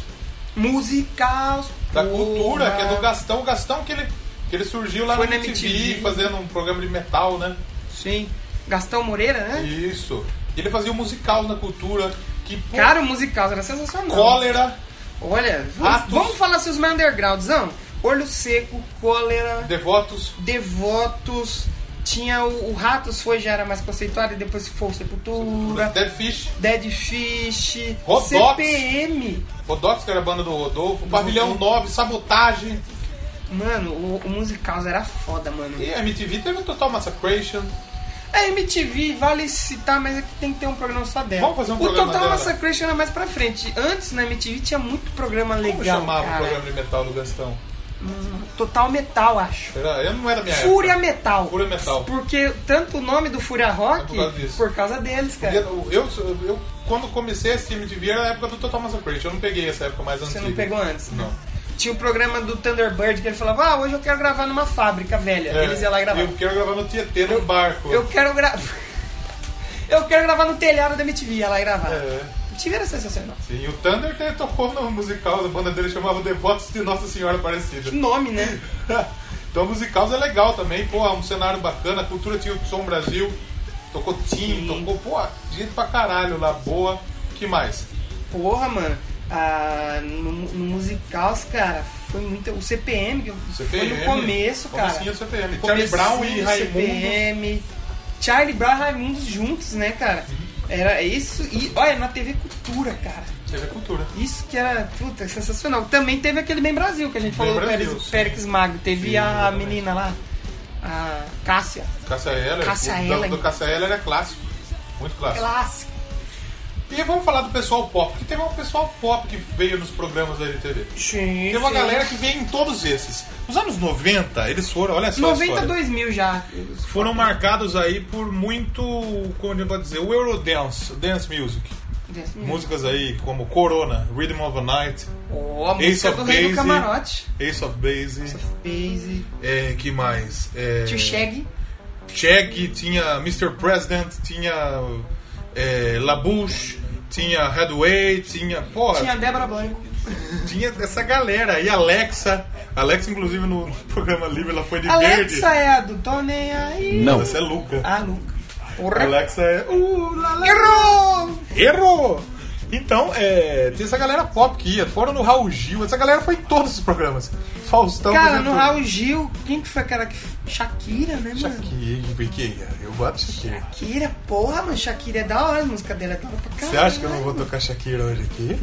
Musical. da cultura, que é do Gastão. O Gastão que ele, que ele surgiu lá Foi na na MTV, MTV. fazendo um programa de metal, né? Sim. Gastão Moreira, né? Isso. E ele fazia um musical na cultura, que pô, Cara, o musical era sensacional. cólera, Olha, vamos, Atos. vamos falar seus mais undergroundzão? Olho Seco, Cólera, devotos. Devotos. Tinha o, o Ratos, foi já era mais conceituado, e depois foi o Sepultura. Dead Fish, Dead Fish, Rodox. CPM. Rodox, que era a banda do Rodolfo, Pavilhão 9, Sabotagem. Mano, o, o musical era foda, mano. E a MTV teve o Total Massacration. A MTV vale citar, mas é que tem que ter um programa só dela. Vamos fazer um o programa Total dela. Massacration era mais pra frente. Antes na MTV tinha muito programa legal. Como chamava cara. o programa de metal do Gastão? Total Metal, acho. Era, eu não era da minha Fúria época. Metal. É, Fúria Metal. Porque tanto o nome do Fúria Rock É por causa disso. por causa deles, cara. Eu, eu, eu- quando comecei a assistir MTV era a época do Total Massacration. Eu não peguei essa época mais Você antiga. não pegou antes? né? Não. Tinha o programa do Thunderbird que ele falava: Ah, hoje eu quero gravar numa fábrica velha. É, Eles iam lá gravar. Eu quero gravar no Tietê, no barco. Eu quero gravar. eu quero gravar no telhado da MTV. Ia lá gravar. É. MTV era sensacional. Sim, o Thunder até tocou no musical, a banda dele chamava Devotos de Nossa Senhora Aparecida. Que nome, né? então o musical é legal também, pô, é um cenário bacana, a cultura tinha o Som Brasil, tocou Tim, tocou, pô, gente pra caralho lá, boa. que mais? Porra, mano. Ah, no, no musical, cara, foi muito. O CPM, que eu- foi no começo, cara. Comecinho do CPM. Charlie Comecinho Brown e do Raimundo. CPM. Charlie Brown e Raimundos juntos, né, cara? Uhum. Era isso e olha na TV Cultura, cara. TV Cultura. Isso que era, puta, sensacional. Também teve aquele Bem Brasil que a gente falou do Brasil, Pérez, sim. Pérez Magno. Teve Sim, a exatamente. menina lá, a Cássia. Caça Heller. Cássia o- Eller. Do, do Caça Heller é clássico. Muito clássico. Clássico. E vamos falar do pessoal pop, que teve um pessoal pop que veio nos programas da LTV. Gente. Tem uma galera que veio em todos esses. Nos anos 90, eles foram, olha só. a história. 92 mil já. Foram marcados aí por muito, como a gente pode dizer, o Eurodance, Dance Music. Hum. Músicas aí como Corona, Rhythm of a Night, Oh, a Ace música of do Rei do Base, Camarote. Ace of Base, Base, é, que mais? É, Tio Shag. Check, tinha Mr. President, tinha é, Labouche, tinha Headway, tinha. Porra, Tinha a tinha... Débora Blanco. essa galera. E Alexa. Alexa, inclusive, no programa livre, ela foi de verde. Alexa é a do Tô Nem Aí. Não. Essa é Luca. Ah, nunca. Porra. Alexa é. Uh, la, la. Errou! Errou! Então, é, tem essa galera pop que ia. Foram no Raul Gil. Essa galera foi em todos os programas. Faustão. Cara, fazia no tudo. Raul Gil, quem que foi aquela que. Shakira, né, mano? Shakira, Shakira. Eu boto Shakira. Shakira, porra, mano, Shakira é da hora, a música dela é da hora pra caralho. né? Você acha que eu não vou tocar Shakira hoje aqui?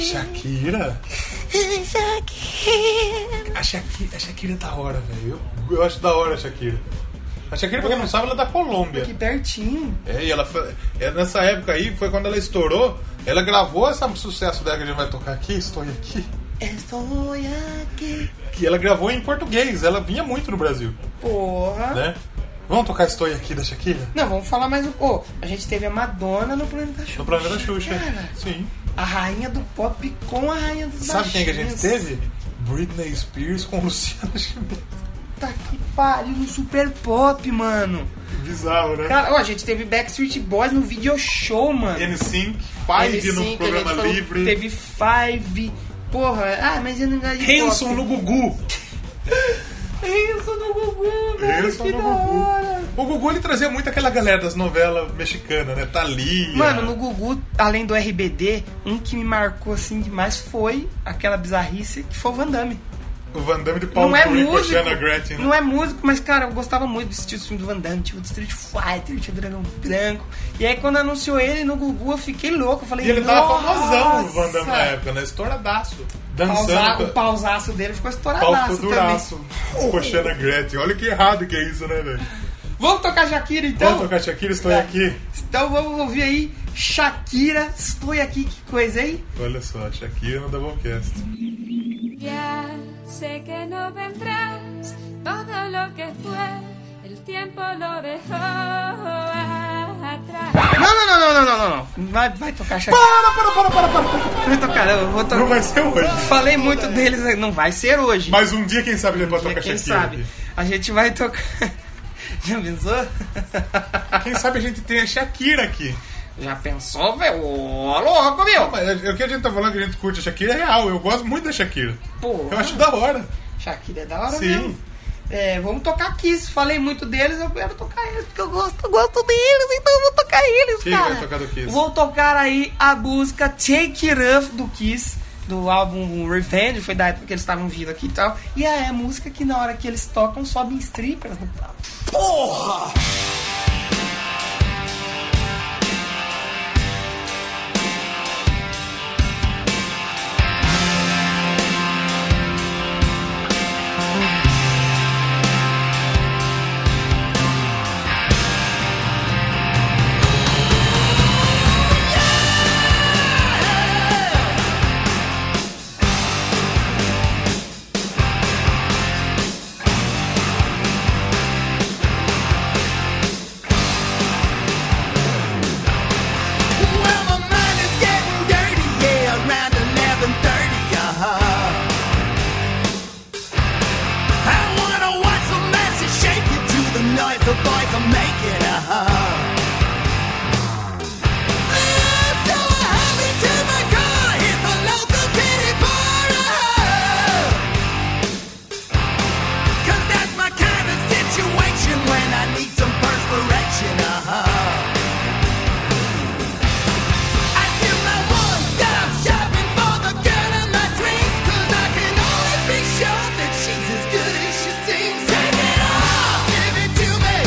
Shakira? A Shakira, a Shakira tá hora, velho. Eu, eu acho da hora a Shakira. A Shakira, pra quem não sabe, ela é da Colômbia. Que pertinho. É, e ela foi, é, nessa época aí, foi quando ela estourou, ela gravou esse sucesso dela que a gente vai tocar aqui, Estou Aqui, Estou aqui. que ela gravou em português, ela vinha muito no Brasil, Porra. né? Vamos tocar Estou Aqui da Shakira? Não, vamos falar mais um. Ô, a gente teve a Madonna no Planeta Xuxa. No programa da Xuxa. Cara, Sim. a rainha do pop com a rainha dos Sabe quem é que a gente baixinhos. teve? Britney Spears com Luciano Gimenez. Puta Tá que pariu no Super Pop, mano. Bizarro, né? Cara, ó, a gente teve Backstreet Boys no video show, mano. NSYNC, Five Ele sim, no que a gente programa falou, livre. Teve Five. Porra, ah, mas eu não gosto de Hanson pop. no Gugu. Hanson no Gugu, velho, Hanson que no da Gugu. hora. O Gugu ele trazia muito aquela galera das novelas mexicanas, né? Thalia. Mano, no Gugu, além do RBD, um que me marcou assim demais foi aquela bizarrice que foi o Van Damme. O Van Damme de Paulo Não é Coelho com a músico. Shanna Gretchen. né? Não é músico, mas cara, eu gostava muito desse estilo de filme do Van Damme, tipo do Street Fighter, tinha o Dragão Branco. E aí quando anunciou ele no Gugu, eu fiquei louco. Eu falei, E ele tava "Nossa!" famosão, o Van Damme na época, né? Estouradaço. Pausa, Dançando. o pausaço dele ficou estouradaço Paulo também. duraço. Com a Shanna Gretchen. Olha que errado que é isso, né, velho? Vamos tocar Shakira então? Vamos tocar Shakira, estou aqui. Então vamos ouvir aí Shakira, estou aqui, que coisa, hein? Olha só, Shakira no Doublecast. Ya sé que no vendrás todo lo que fue, el tiempo lo dejó atrás. Não, não, não, não, não, não, não. Vai, vai tocar Shakira. Para, para, para, para, para. Vai tocar, eu vou tocar. Não vai ser hoje. Falei muito deles, né? não vai ser hoje. Mas um dia, quem sabe, ele vai tocar Quem Shakira. sabe? aqui. A gente vai tocar. Já pensou? Quem sabe a gente tem a Shakira aqui. Já pensou, velho? Ô, louco, meu! Mas é- é o que a gente tá falando que a gente curte a Shakira é real. Eu gosto muito da Shakira. Pô, Eu acho da hora. Shakira é da hora Sim. mesmo. É, vamos tocar Kiss. Falei muito deles, eu quero tocar eles, porque eu gosto, eu gosto deles, então eu vou tocar eles, Quem cara. vai tocar do Kiss? Vou tocar aí a música Take It Off do Kiss, do álbum Revenge, foi da época que eles estavam vindo aqui e tal. E é a música que na hora que eles tocam, sobem strippers né? no palco. Well, my mind is getting dirty, yeah, around 11:30, uh-huh. I wanna watch some masses shake it to the noise the boys are making, uh-huh. Ah, so I hurry to my car, hit the local kitty bar, uh-huh. 'Cause that's my kind of situation when I need some perspiration, uh-huh. I give my one-stop shopping for the girl in my dreams 'cause I can always be sure that she's as good as she seems. Take it all, give it to me.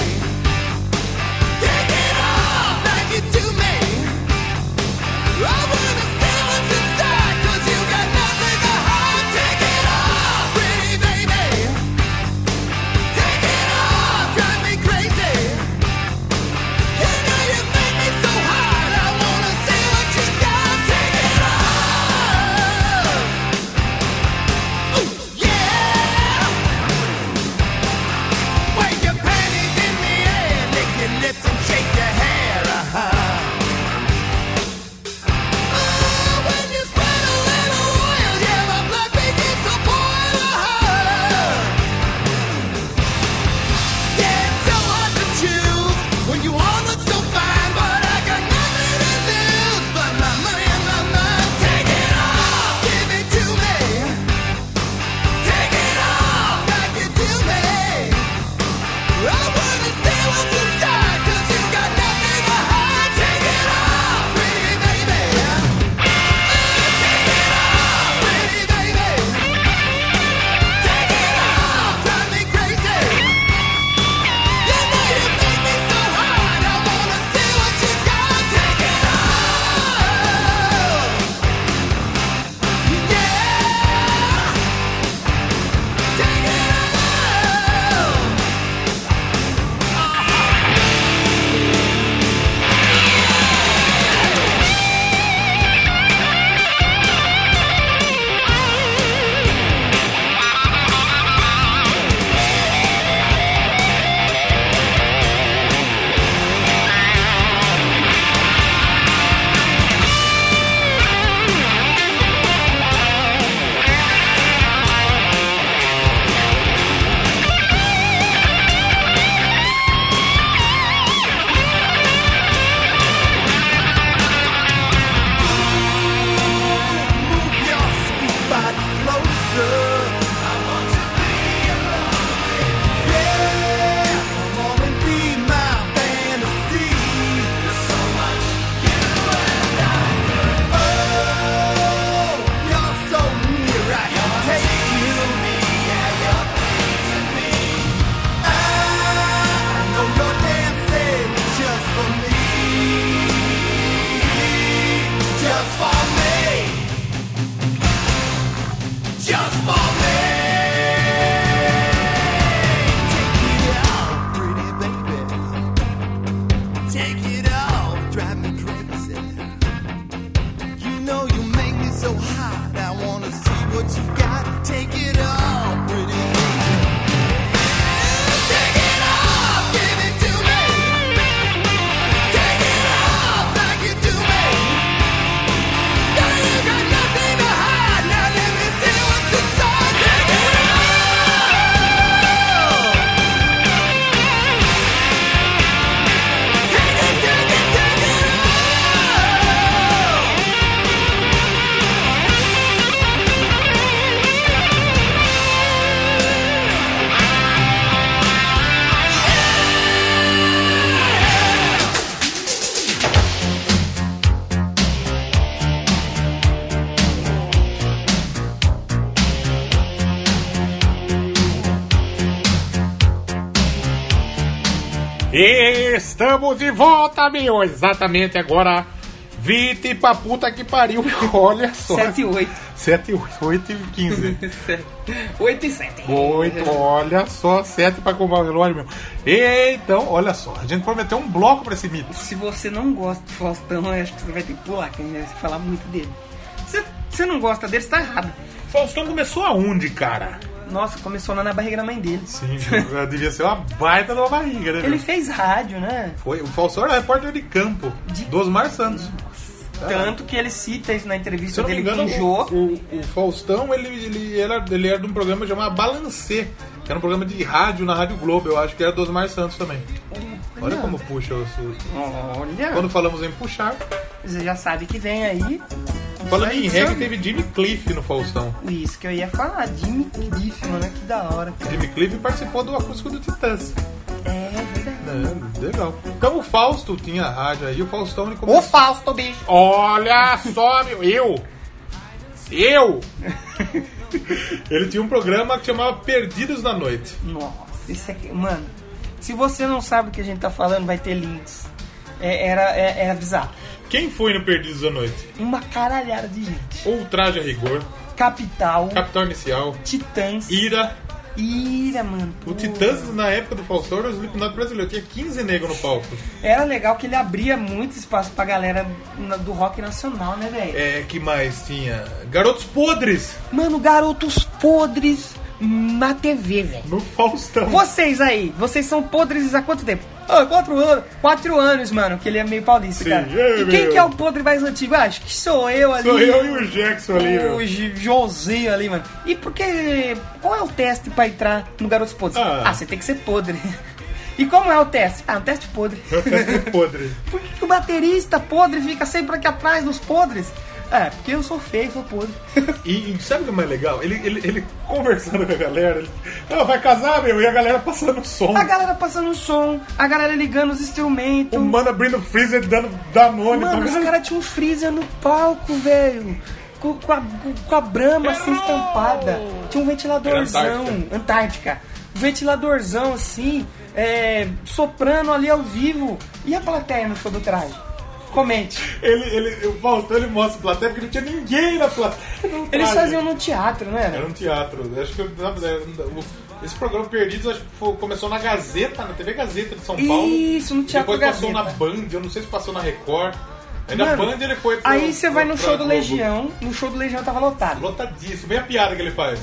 Estamos de volta, meu! Exatamente agora. 20 pra puta que pariu, meu. Olha só. 7 e 8. 7 e 8, 8 e 15. 8 e 7. 8, olha só. 7 pra comprar o relógio, meu. E, então, olha só. A gente prometeu um bloco pra esse mito. Se você não gosta do Faustão, eu acho que você vai ter que pular, que a gente vai falar muito dele. Se você não gosta dele, você tá errado. Faustão começou aonde, cara? Nossa, começou lá na barriga da mãe dele. Sim, devia ser uma baita de uma barriga, né? meu? Ele fez rádio, né? Foi, o Faustão era repórter de campo De- do Osmar Santos. Tanto que ele cita isso na Se entrevista eu não me dele com engano, o Jô. o, o- o Faustão, ele, ele, era, ele era de um programa chamado Balancê, que era um programa de rádio na Rádio Globo, eu acho que era do Osmar Santos também. Olha como puxa os... os- Olha, Quando falamos em puxar, você já sabe que vem aí. falando aí, em reggae, sabe? teve Jimmy Cliff no Faustão. Isso que eu ia falar, Jimmy Cliff, mano, que da hora. Jimmy Cliff participou do acústico do Titãs. É verdade. É, legal. Então o Fausto tinha a rádio aí, o Faustão ele O começou... Fausto, bicho. Olha só, meu, eu... Eu! ele tinha um programa que chamava Perdidos na Noite. Nossa, isso aqui, mano. Se você não sabe o que a gente tá falando, vai ter links. É, era, é, era bizarro. Quem foi no Perdidos da Noite? Uma caralhada de gente. Ultraje a Rigor, Capital, Capital Inicial, Titãs. Ira. Ira, mano. O Titãs, na época do Faustão, era o Slipknot brasileiro. Tinha 15 negros no palco. Era legal que ele abria muito espaço pra galera na- do rock nacional, né, velho? É, que mais tinha? Garotos Podres Mano, garotos podres na TV, velho. no Faustão. Vocês aí, vocês são podres há quanto tempo? Ah, quatro anos. Quatro anos, mano, que ele é meio paulista, Sim, cara. é, e quem meu. que é o podre mais antigo? Ah, acho que sou eu ali. Sou eu e o Jackson ali, O meu. Jo- José ali, mano. E por que. Qual é o teste pra entrar no Garotos Podres? Ah. Ah, você tem que ser podre. E como é o teste? Ah, um teste podre. É. Podre. Por que, que o baterista podre fica sempre aqui atrás dos podres? É, porque eu sou feio, sou podre. E, e sabe o que é mais legal? Ele, ele, ele conversando com a galera. Ele, "Ah, vai casar, meu. E a galera passando som. A galera passando som, a galera ligando os instrumentos. O mano abrindo o freezer e dando Então- danone tá Mano, pra os galera. caras tinham um freezer no palco, velho. Com, com a, com- com a brama assim estampada. Tinha um ventiladorzão. Era Antártica. Um ventiladorzão assim, é, soprando ali ao vivo. E a plateia no show do traje? Comente. Ele, ele, o Faustão ele mostra a plateia porque não tinha ninguém na plateia. Não Eles traje. faziam no teatro, não Era era? um teatro. Eu Acho que eu- na- na- o- esse programa Perdidos acho que foi- começou na Gazeta, na TV Gazeta de São Paulo. Isso, no Teatro Depois passou Gazeta. na Band, eu não sei se passou na Record. Aí na Mano, Band ele foi pro, Aí você vai pro- no pra show do Globo. Legião, no show do Legião tava lotado. Lotadíssimo, bem a piada que ele faz.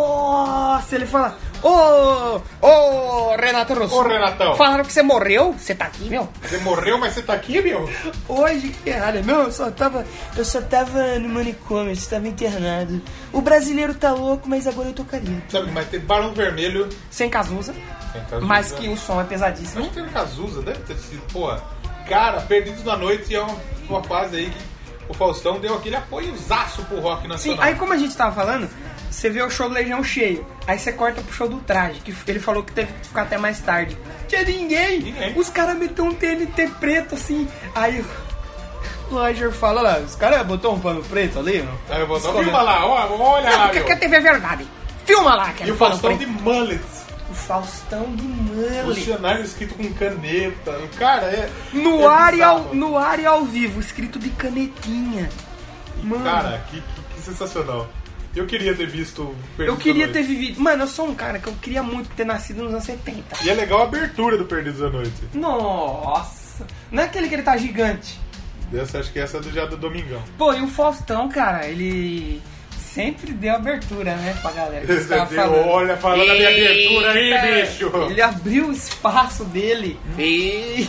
Nossa, ele fala: Ô, ô, Renato Russo. Ô, Renatão. Falaram que você morreu? Você tá aqui, meu? Você morreu, mas você tá aqui, meu? Hoje, que caralho, não, eu só tava. Eu só tava no manicômio, eu tava internado. O brasileiro tá louco, mas agora eu tocaria. Sabe, mas tem Barão Vermelho. Sem Cazuza, Tem Cazuza. mas que o som é Acho pesadíssimo. que teve Cazuza, deve ter sido. Porra, cara, Perdidos na Noite é uma, uma fase aí que o Faustão deu aquele apoiozaço pro rock Sim, nacional. aí como a gente tava falando, você vê o show do Legião cheio. Aí você corta pro show do traje, que ele falou que teve que ficar até mais tarde. Tinha ninguém! Ninguém. Os caras meteram um TNT preto assim. Aí o Roger fala lá, os caras botou um pano preto ali, mano. Aí eu vou dar filma lá, ó, olha Não, lá, porque meu. aqui a TV é verdade. Filma lá, que E o Faustão de mullets. O Faustão de O Mullet. cenário escrito com caneta. Cara, é. No, é ar e ao, bizarro. no ar e ao vivo, escrito de canetinha. Mano, Cara, que, que- que sensacional. Eu queria ter visto. o Perdidos eu queria da ter Noite. vivido. Mano, eu sou um cara que eu queria muito ter nascido nos anos 70. E é legal a abertura do Perdidos da Noite. Nossa! Não é aquele que ele tá gigante. Essa, acho que essa é do, já do Domingão. Pô, e o Faustão, cara, ele sempre deu abertura, né, pra galera. que Esse tava deu, falando. É, Olha, falando da minha abertura aí, bicho. Ele abriu o espaço dele. E-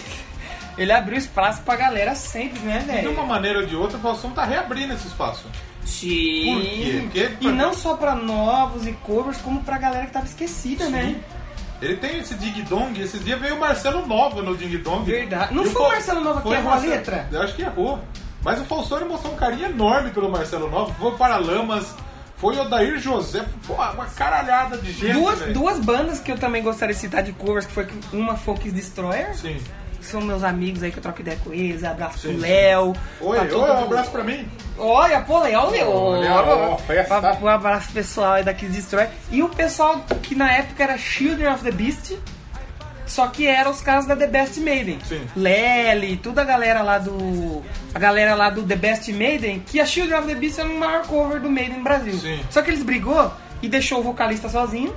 Ele abriu espaço pra galera sempre, né, De velho? uma maneira ou de outra, o Faustão tá reabrindo esse espaço. Por quê? Sim. Porque- E não só pra novos e covers, como pra galera que tava esquecida, né? Ele tem esse Ding Dong, esses dias veio o Marcelo Nova no Ding Dong. Verdade. Não E foi o Fa- Marcelo Nova que foi o errou a Marcelo- letra? Eu acho que errou. Mas o Faustão ele mostrou um carinho enorme pelo Marcelo Nova. Foi para Lamas, foi o Odair José, pô, uma caralhada de gente. Duas, velho. duas bandas que eu também gostaria de citar de covers, que foi que- uma foi o Kiss Destroyer, Sim. que são meus amigos aí que eu troco ideia com eles, abraço Sim. pro Léo. Oi, pra oi, Tá todo um mundo. abraço pra mim. Olha, pô, Léo, meu. Olha, ó, festa. Pra- Um abraço pessoal aí da Kiss Destroyer. E o pessoal que na época era Children of the Beast, Só que eram os caras da The Best Maiden. Sim. Lely, toda a galera lá do. A galera lá do The Best Maiden, que a Children of the Beast era o maior cover do Maiden no Brasil. Sim. Só que eles brigou e deixou o vocalista sozinho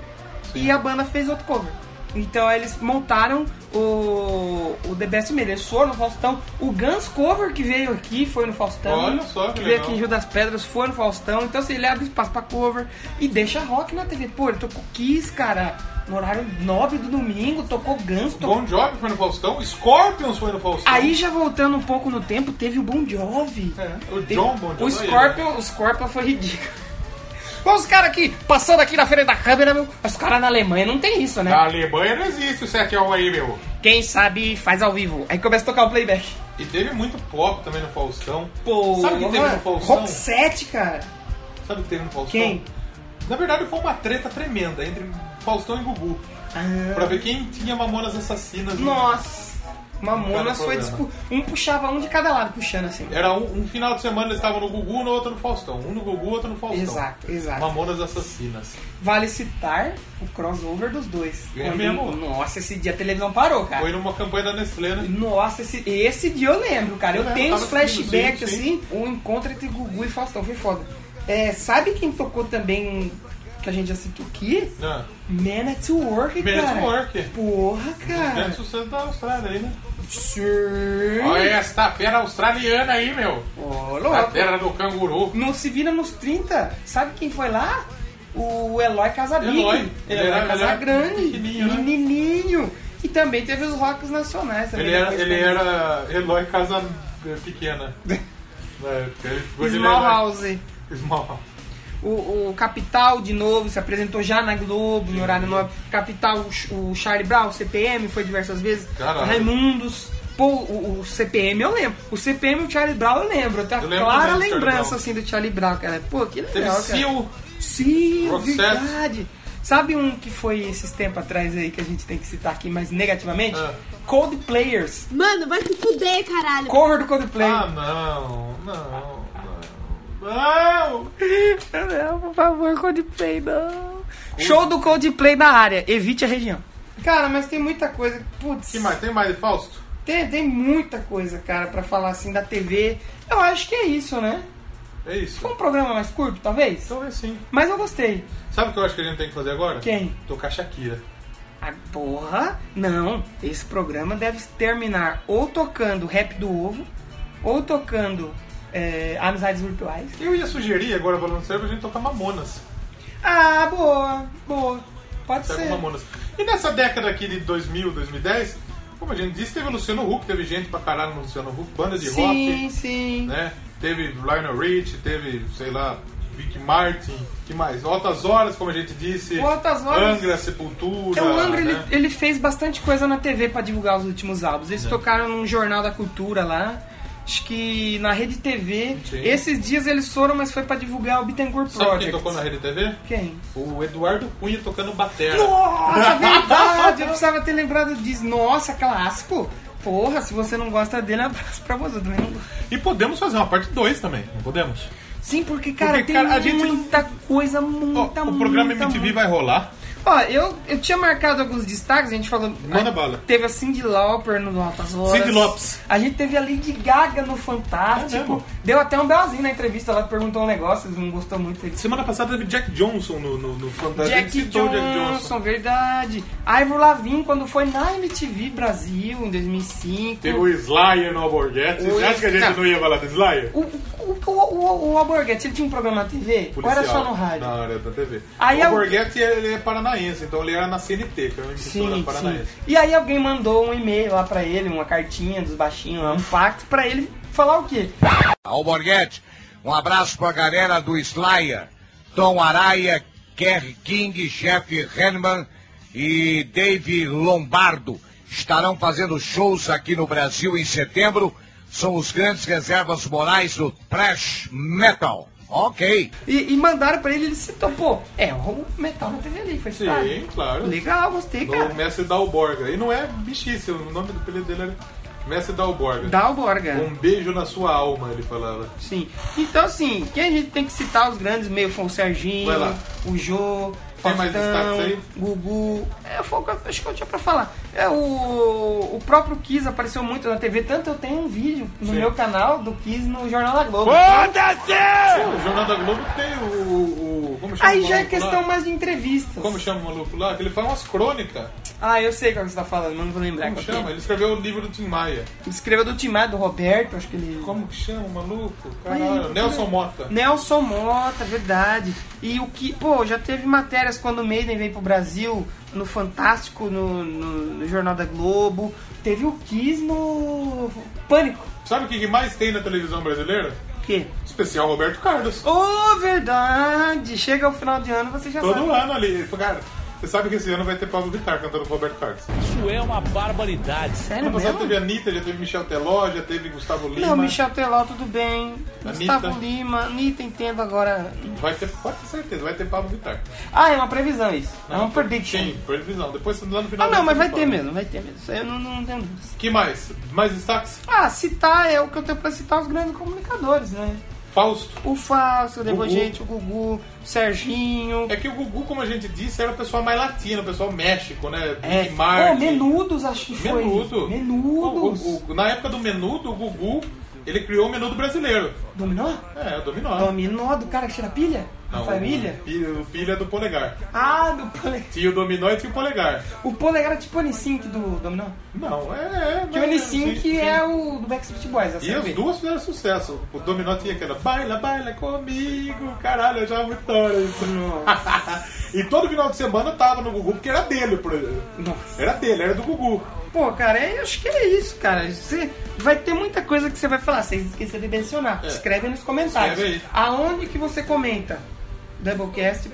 e a banda fez outro cover. Então aí eles montaram o, o The Best Maiden. Eles foram no Faustão. O Guns cover que veio aqui foi no Faustão. Olha só, que que veio legal. aqui em Rio das Pedras foi no Faustão. Então assim, ele abre espaço pra cover e deixa rock na TV. Pô, ele tocou Kiss, cara, no horário nobre do domingo, tocou Guns, tocou Bom Job foi no Faustão, Scorpions foi no Faustão. Aí já voltando um pouco no tempo, teve o Bon Jovi. É, o Teve- John Bon Jovi. né? O Scorpion, o Scorpion foi ridículo. Bom, os caras aqui, passando aqui na frente da câmera, meu, os caras na Alemanha não tem isso, né? Na Alemanha não existe o 7x1 aí, meu. Quem sabe faz ao vivo. Aí começa a tocar o playback. E teve muito pop também no Faustão. Pô, é? Sabe o que teve mano, no Faustão? Rock 7, cara. Sabe o que teve no Faustão? Quem? Na verdade foi uma treta tremenda entre Faustão e Gugu. Ah. Pra ver quem tinha Mamonas Assassinas. no- Nossa. Cara, Mamonas foi problema. dispu... Um puxava um de cada lado, puxando assim. Era um, um final de semana eles estavam no Gugu, no outro no Faustão. Um no Gugu, outro no Faustão. Exato, exato. Mamonas Assassinas. Vale citar o crossover dos dois. É Quando- mesmo? Nossa, esse dia a televisão parou, cara. Foi numa campanha da Nestlé, né? Nossa, esse, esse dia eu lembro, cara. Eu, É, Eu lembro, tenho uns tava assistindo, flashbacks sim, assim, o encontro entre Gugu e Faustão foi foda. É, sabe quem tocou também que a gente já citou aqui? Ah, Man at Work, Man at cara. Work. Porra, grande cara. sucesso da Austrália aí, né? Sim. Olha esta fera australiana aí, meu. Ô, A louco. terra do canguru. Não se vira nos 30. Sabe quem foi lá? O Eloy é Casabic. Eloy. Ele Eloy era- Casagrande. ele era pequenininho, né? um Menininho. E também teve os rocks nacionais. também Ele era, depois ele também. era Eloy Casa Pequena. Na época, ele ficou de Small Eloy- né? House. Small House. O, o Capital, de novo, se apresentou já na Globo, no horário nobre. Capital, o, Ch- o Charlie Brown, o CPM, foi diversas vezes. Caralho. Raimundos. Pô, o, o CPM eu lembro. O CPM e o Charlie Brown eu lembro. Eu tenho Eu a lembro clara também do Charlie lembrança, Brown. assim, do Charlie Brown, cara. Pô, que Teve legal, cara. Seal. Sim, é Roxette. verdade. Sabe um que foi esses tempos atrás aí que a gente tem que citar aqui, mas negativamente? Ah. Cold Players. Mano, vai se fuder, caralho. Cover do Coldplay. Ah, não, não, não. Não! Não, por favor, Coldplay, não. Show do Coldplay na área, evite a região. Cara, mas tem muita coisa. Putz, Que mais? Tem mais de Fausto? tem, tem muita coisa, cara, pra falar assim da TV. Eu acho que é isso, né? É isso. Foi um programa mais curto, talvez? Então é sim. Mas eu gostei. Sabe o que eu acho que a gente tem que fazer agora? Quem? Tocar Shakira. Ah, porra! Não, esse programa deve terminar ou tocando Rap do Ovo, ou tocando é, Amizades Virtuais. Eu ia sugerir agora, falando sério, pra gente tocar Mamonas. Ah, boa, boa. Pode Pega ser. o Mamonas. E nessa década aqui de 2000, 2010, como a gente disse, teve o Luciano Huck, teve gente pra caralho no Luciano Huck, banda de sim, rock, sim. né? Teve Lionel Rich, teve, sei lá, Vic Martin, que mais? Altas Horas, como a gente disse. O Altas Horas- Angra, Sepultura. Então, o Angra, né? ele, ele fez bastante coisa na TV pra divulgar os últimos álbuns. Eles É. tocaram num jornal da cultura lá. Acho que na Rede TV. Sim. Esses dias eles foram, mas foi pra divulgar o Bittencourt Sabe Project. quem tocou na Rede TV? Quem? O Eduardo Cunha tocando batera. Nossa, É verdade! Eu precisava ter lembrado disso. Nossa, clássico! Porra, se você não gosta dele, é um abraço pra você. Eu também não gosto. E podemos fazer uma parte 2 também, não podemos? Sim, porque, cara, Porque, tem cara, a gente não- muita coisa, muita, o programa muita, MTV muita. vai rolar. Ó, eu, eu tinha marcado alguns destaques, a gente falou. Manda a- bala. Teve a Cindy Lauper no Altas Horas. Cyndi Lopes. A gente teve a Lady Gaga no É Fantástico. mesmo? Deu até um belzinho na entrevista, ela perguntou um negócio, eles não gostou muito. Ele... Semana passada teve Jack Johnson no, no, no Fantástico. A Jack gente citou o Johnson, verdade. Ivor Lavigne, quando foi na MTV Brasil, em 2005. Teve o Slayer no Alborguete. Você O- acha que a gente não, não. ia falar do Slayer? O, o, o, o, o Alborguete, ele tinha um programa na TV? Ou era só no rádio? Não, era da TV. Aí o a- Alborguete ele é paranaense, então ele era na CNT, que é uma emissora Sim, sim. paranaense. E aí alguém mandou um e-mail lá pra ele, uma cartinha dos baixinhos, lá, um fax pra ele falar o quê? Alborguete, um abraço pra galera do Slayer, Tom Araia, Kerry King, Jeff Henman e Dave Lombardo. Estarão fazendo shows aqui no Brasil em setembro. São os grandes reservas morais do thrash metal. Ok. E, e mandaram pra ele, ele citou, pô, é o metal na TV ali, foi citado. Sim, claro. Tá. Legal, gostei, No cara. Mestre da Alborga. E não é bichice, o nome do apelido dele era Mestre da Alborga. Dá o borga. Um beijo na sua alma, ele falava. Sim. Então, assim, quem a gente tem que citar os grandes meio foi o Serginho, Vai lá. o Jô, Tem mais Faustão, destaques aí? Gugu. É, foi o que eu acho que eu tinha pra falar. É, o, o próprio Kiss apareceu muito na TV, tanto eu tenho um vídeo no Sim. meu canal do Kiss no Jornal da Globo. O Jornal da Globo tem o. o- como chama É. Aí o já é maluco questão lá? mais de entrevistas. Como chama o maluco lá? Que ele faz umas crônicas. Ah, eu sei qual que você tá falando, mas não vou lembrar. Como qual que é. chama? Ele escreveu o livro do Tim Maia. Escreveu do Timar, do Roberto, acho que ele... Como que chama o maluco? Ai, Caralho. eu- Nelson Mota. Nelson Mota, verdade. E o que, pô, já teve matérias quando o Maiden veio pro Brasil, no Fantástico, no, no- no Jornal da Globo. Teve o Kiss no Pânico. Sabe o que que mais tem na televisão brasileira? O quê? Especial Roberto Carlos. Ô, verdade! Chega ao final de ano, você já Todo sabe. ano ali. Cara, você sabe que esse ano vai ter Pablo Vittar cantando com Roberto Carlos. Isso é uma barbaridade. Sério Ano passado É mesmo? teve Anitta, já teve Michel Teló, já teve Gustavo Lima. Não, Michel Teló, tudo bem. Anitta. Gustavo Lima, Anitta, entendo agora. Vai ter, pode ter certeza, vai ter Pablo Vittar. Ah, é uma previsão isso. é uma prediction. Sim, previsão. Depois lá no final. Ah, não, do mas ano, vai você ter fala. mesmo, vai ter mesmo. Isso aí eu não, não tenho dúvidas. Que mais? Mais destaques? Ah, citar é o que eu tenho pra citar os grandes comunicadores, né? Fausto. O Fausto, o Gugu. Devogente, o Gugu, o Serginho. É que o Gugu, como a gente disse, era o pessoal mais latino, o pessoal México, né? É, Rick Martin. Pô, menudos, acho que foi. Menudo. Menudos. O- o- o- na época do menudo, o Gugu, ele criou o menudo brasileiro. Dominó? É, o dominó. Dominó do cara que tira pilha? Não, da família? O filho, o filho é do polegar. Ah, do polegar. Tinha o dominó e tinha o polegar. O polegar é tipo o N5 do Dominó. Não, é... é Que o mas- N5 sim, é sim. o do Backstreet Boys, essa E as vez. duas fizeram sucesso. O Dominó tinha aquela Baila, baila comigo, caralho, eu já muito da hora isso. e todo final de semana eu tava no Gugu, porque era dele, por Nossa. Era dele, era do Gugu. Pô, cara, eu acho que é isso, cara. Você vai ter muita coisa que você vai falar, vocês esqueceram de mencionar. É. Escreve nos comentários. Escreve aí. Aonde que você comenta? Doublecast,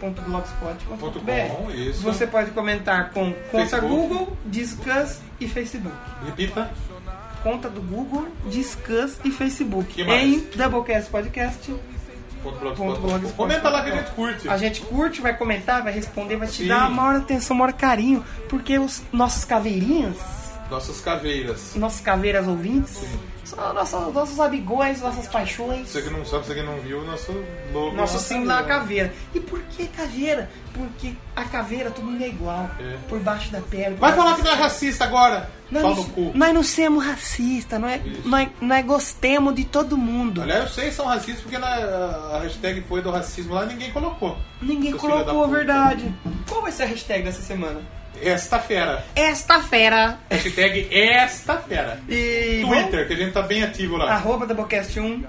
podcast.blogspot.com. .com, isso. Você pode comentar com conta Facebook. Google, Discuss e Facebook. Repita. Conta do Google, Discuss e Facebook. Que mais? Em Doublecast Podcast. Ponto Ponto blogspot. Comenta lá que a gente curte. A gente curte, vai comentar, vai responder, vai te Sim. dar a maior atenção, o maior carinho. Porque os nossos caveirinhas. Nossas caveiras. nossas caveiras ouvintes, são nossos, nossos amigões, nossas paixões, Você que não sabe, você que não viu, o nosso logo. nosso símbolo da caveira. caveira. E por que caveira? Porque a caveira todo mundo é igual, É. por baixo da pele. Vai falar que não é racista agora. nós, Pau não- no cu. nós não somos racistas, nós, nós, nós gostemos de todo mundo. Aliás, vocês são racistas porque na, a hashtag foi do racismo lá e ninguém colocou. Ninguém Seus filha da colocou a puta. verdade. Qual vai ser a hashtag dessa semana? Esta fera. Esta fera. Hashtag esta fera. E Twitter, que a gente tá bem ativo lá. Arroba Doublecast1.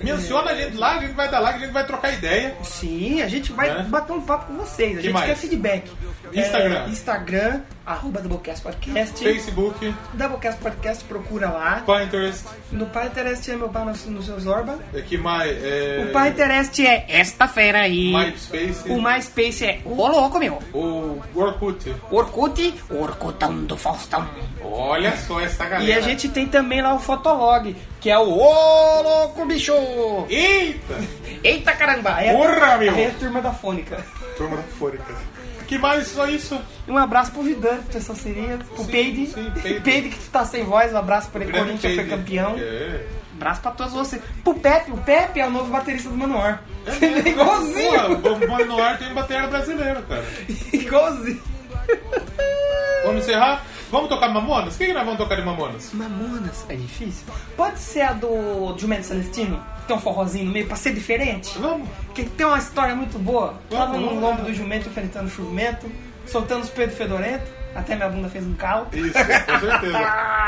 é. Menciona a gente lá, a gente vai dar like, a gente vai trocar ideia. Sim, a gente vai Né? bater um papo com vocês. A Que gente mais? quer feedback. Instagram. É, Instagram, arroba Doublecast Podcast. Facebook, Doublecast Podcast, procura lá. Pinterest, No Pinterest é meu pai nos, nos seus Zorba. aqui my, é, O Pinterest é esta fera aí. MySpace, O MySpace é ô louco, meu. o Orkut. Orkut. Orcutão do Faustão. Olha só essa galera. E a gente tem também lá o Fotolog, que é o ô louco, bicho. Eita! Eita caramba. Aí É a- Porra, meu. Aí é a turma da Fônica. Turma da Fônica. Que mais? Só isso? E um abraço pro Vidante, pro Tessão Sereia, pro Sim, Peide. sim, Peide. Peide que tá sem voz, um abraço pra ele. Grande Corinthians foi Peide. campeão. Um É. Abraço pra todos vocês. Pro Pepe, o Pepe é o novo baterista do Manoar. É mesmo. é igualzinho. Pô, o Mano Noir tem batera brasileiro, cara. igualzinho. Vamos encerrar? Vamos tocar Mamonas? O que, que nós vamos tocar de Mamonas? Mamonas, é difícil. Pode ser a do Jumento Celestino? que Tem um forrozinho no meio pra ser diferente? Vamos. Que tem uma história muito boa. Tava Vamos, no vamos, lombo vamos. do jumento enfrentando o jumento, soltando os peidos fedorentos. Até minha bunda fez um calo. Isso, com certeza.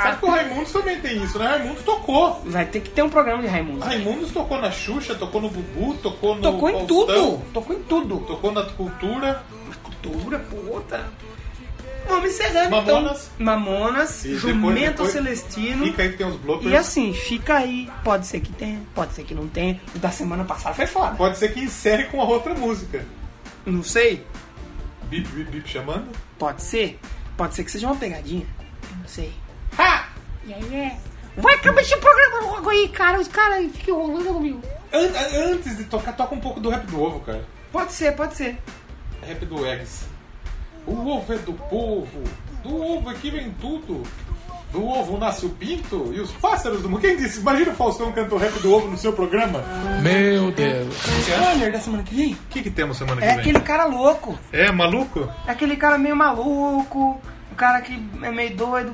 Sabe que o Raimundos também tem isso, né? Raimundos tocou. Vai ter que ter um programa de Raimundo. Raimundos tocou na Xuxa, tocou no Bubu, tocou no. Tocou em Faustão, tudo. Tocou em tudo. Tocou na cultura. Cultura, puta. Vamos encerrando Mamonas. então. Mamonas, E Jumento depois- depois Celestino. Fica aí que tem uns bloopers. E assim, fica aí. Pode ser que tenha, pode ser que não tenha. O da semana passada foi foda. Pode ser que encerre com a outra música. Não sei. Bip, bip, bip chamando. Pode ser. Pode ser que seja uma pegadinha. Não sei. Ha! é. Vai acabar esse programa logo aí, cara. Os caras ficam rolando comigo. An- an- antes de tocar, toca um pouco do rap do ovo, cara. Pode ser, pode ser. Rap do Eggs. O ovo é do povo. Do ovo aqui vem é tudo. Do ovo nasce o pinto e os pássaros do mundo. Quem disse? Imagina o Faustão cantando o rap do ovo no seu programa. Meu Deus. Spoiler da semana que vem? O que, que temos semana que É vem? aquele cara louco. É, maluco? É aquele cara meio maluco. O cara que é meio doido.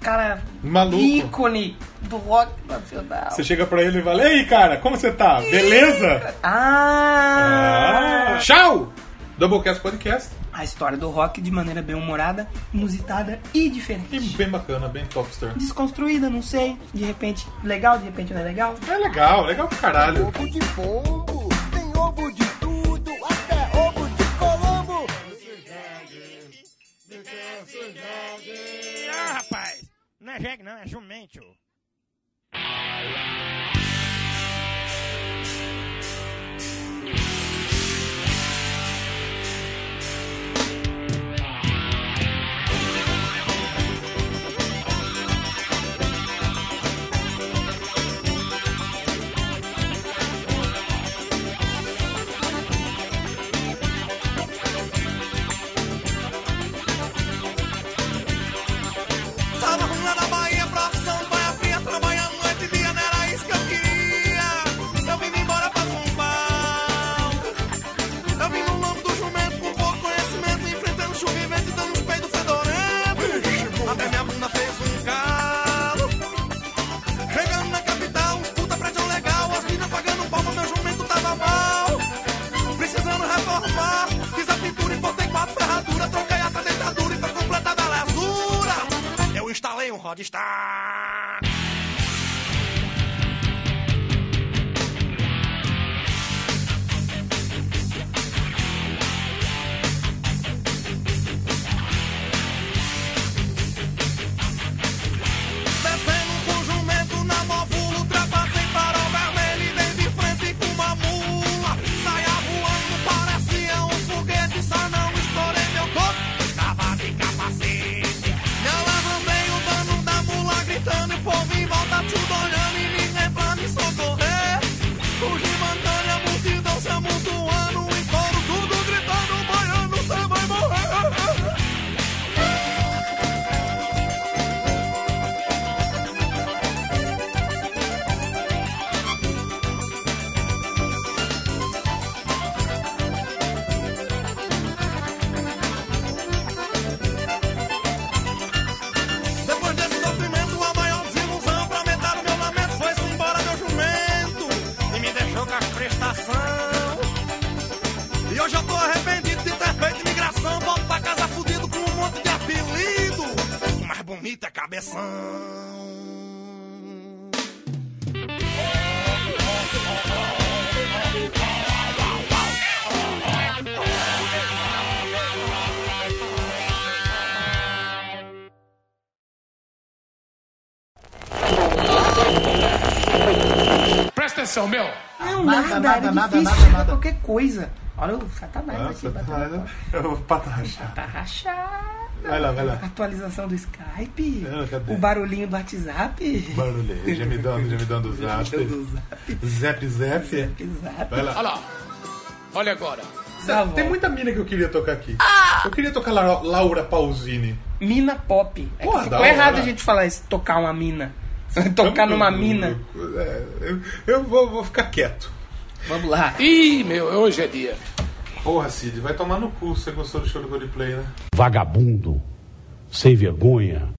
Cara Maluco. ícone do rock nacional. Você chega pra ele e fala: Ei, cara, como você tá? Beleza? Ah! Ah, tchau! Doublecast Podcast. A história do rock de maneira bem humorada, inusitada e E diferente. bem bacana, bem topster. Desconstruída, não sei. De repente legal, de repente não é legal. É legal, legal pra caralho. Ovo de pombo, tem ovo de tudo, até ovo de colombo. Ah, rapaz! Não é jegue, não, é jumento. Tá na rua da Bahia, profissão vai fria, trabalha noite e dia, não era isso que eu queria. Eu vim embora pra São Paulo. Eu vim no lombo do jumento com pouco conhecimento, enfrentando chuva e vento, e dando os peitos fedorentos. Até minha bunda fez um calo. Chegando na capital, os puta prédio legal, as minas pagando pau, mas meu jumento tava mal. Precisando reformar, fiz a pintura e botei quatro ferraduras, troquei a dentadura e pra completar a lazura, eu instalei um Rodstar. Descendo com jumento na móvula, ultrapassei farol vermelho e dei de frente com uma mula. Saia voando, parecia um foguete, só não estourei meu corpo, estava de capacete. Eu levantei o dano da mula, gritando e o povo em volta tudo olhando e ninguém pra me socorrer. Fugi mandando a multidão se amontoando, em coro tudo gritando, baiano, você vai morrer. Depois desse sofrimento, a maior desilusão pra aumentar o meu lamento foi-se embora meu jumento e me deixou com as prestação. E hoje eu tô arrependido de ter feito imigração. Volto pra casa fudido com um monte de apelido. O mais bonito é cabeção. Presta atenção, meu. Não, Nada, É um nada, nada, era nada, difícil, nada, era nada. qualquer coisa. Olha o satanás Ah, aqui batendo. Eu pata rachada. Tá rachada. Vai lá, vai lá. Atualização do Skype. Ah, cadê? o barulhinho do WhatsApp. Barulho, já me dando, já me dando o zap. Zap, zap. zap. Vai lá. Olha lá. Olha agora. Tem muita mina que eu queria tocar aqui. Ah! Eu queria tocar La- Laura Pausini. Mina pop. É Pô, que da ficou hora. errado a gente falar isso, tocar uma mina. tocar numa mina. É, eu- eu vou, vou ficar quieto. Vamos lá. Ih, meu, hoje é dia. Porra, Cid, vai tomar no cu se você gostou do show do Coldplay, né? Vagabundo, sem vergonha,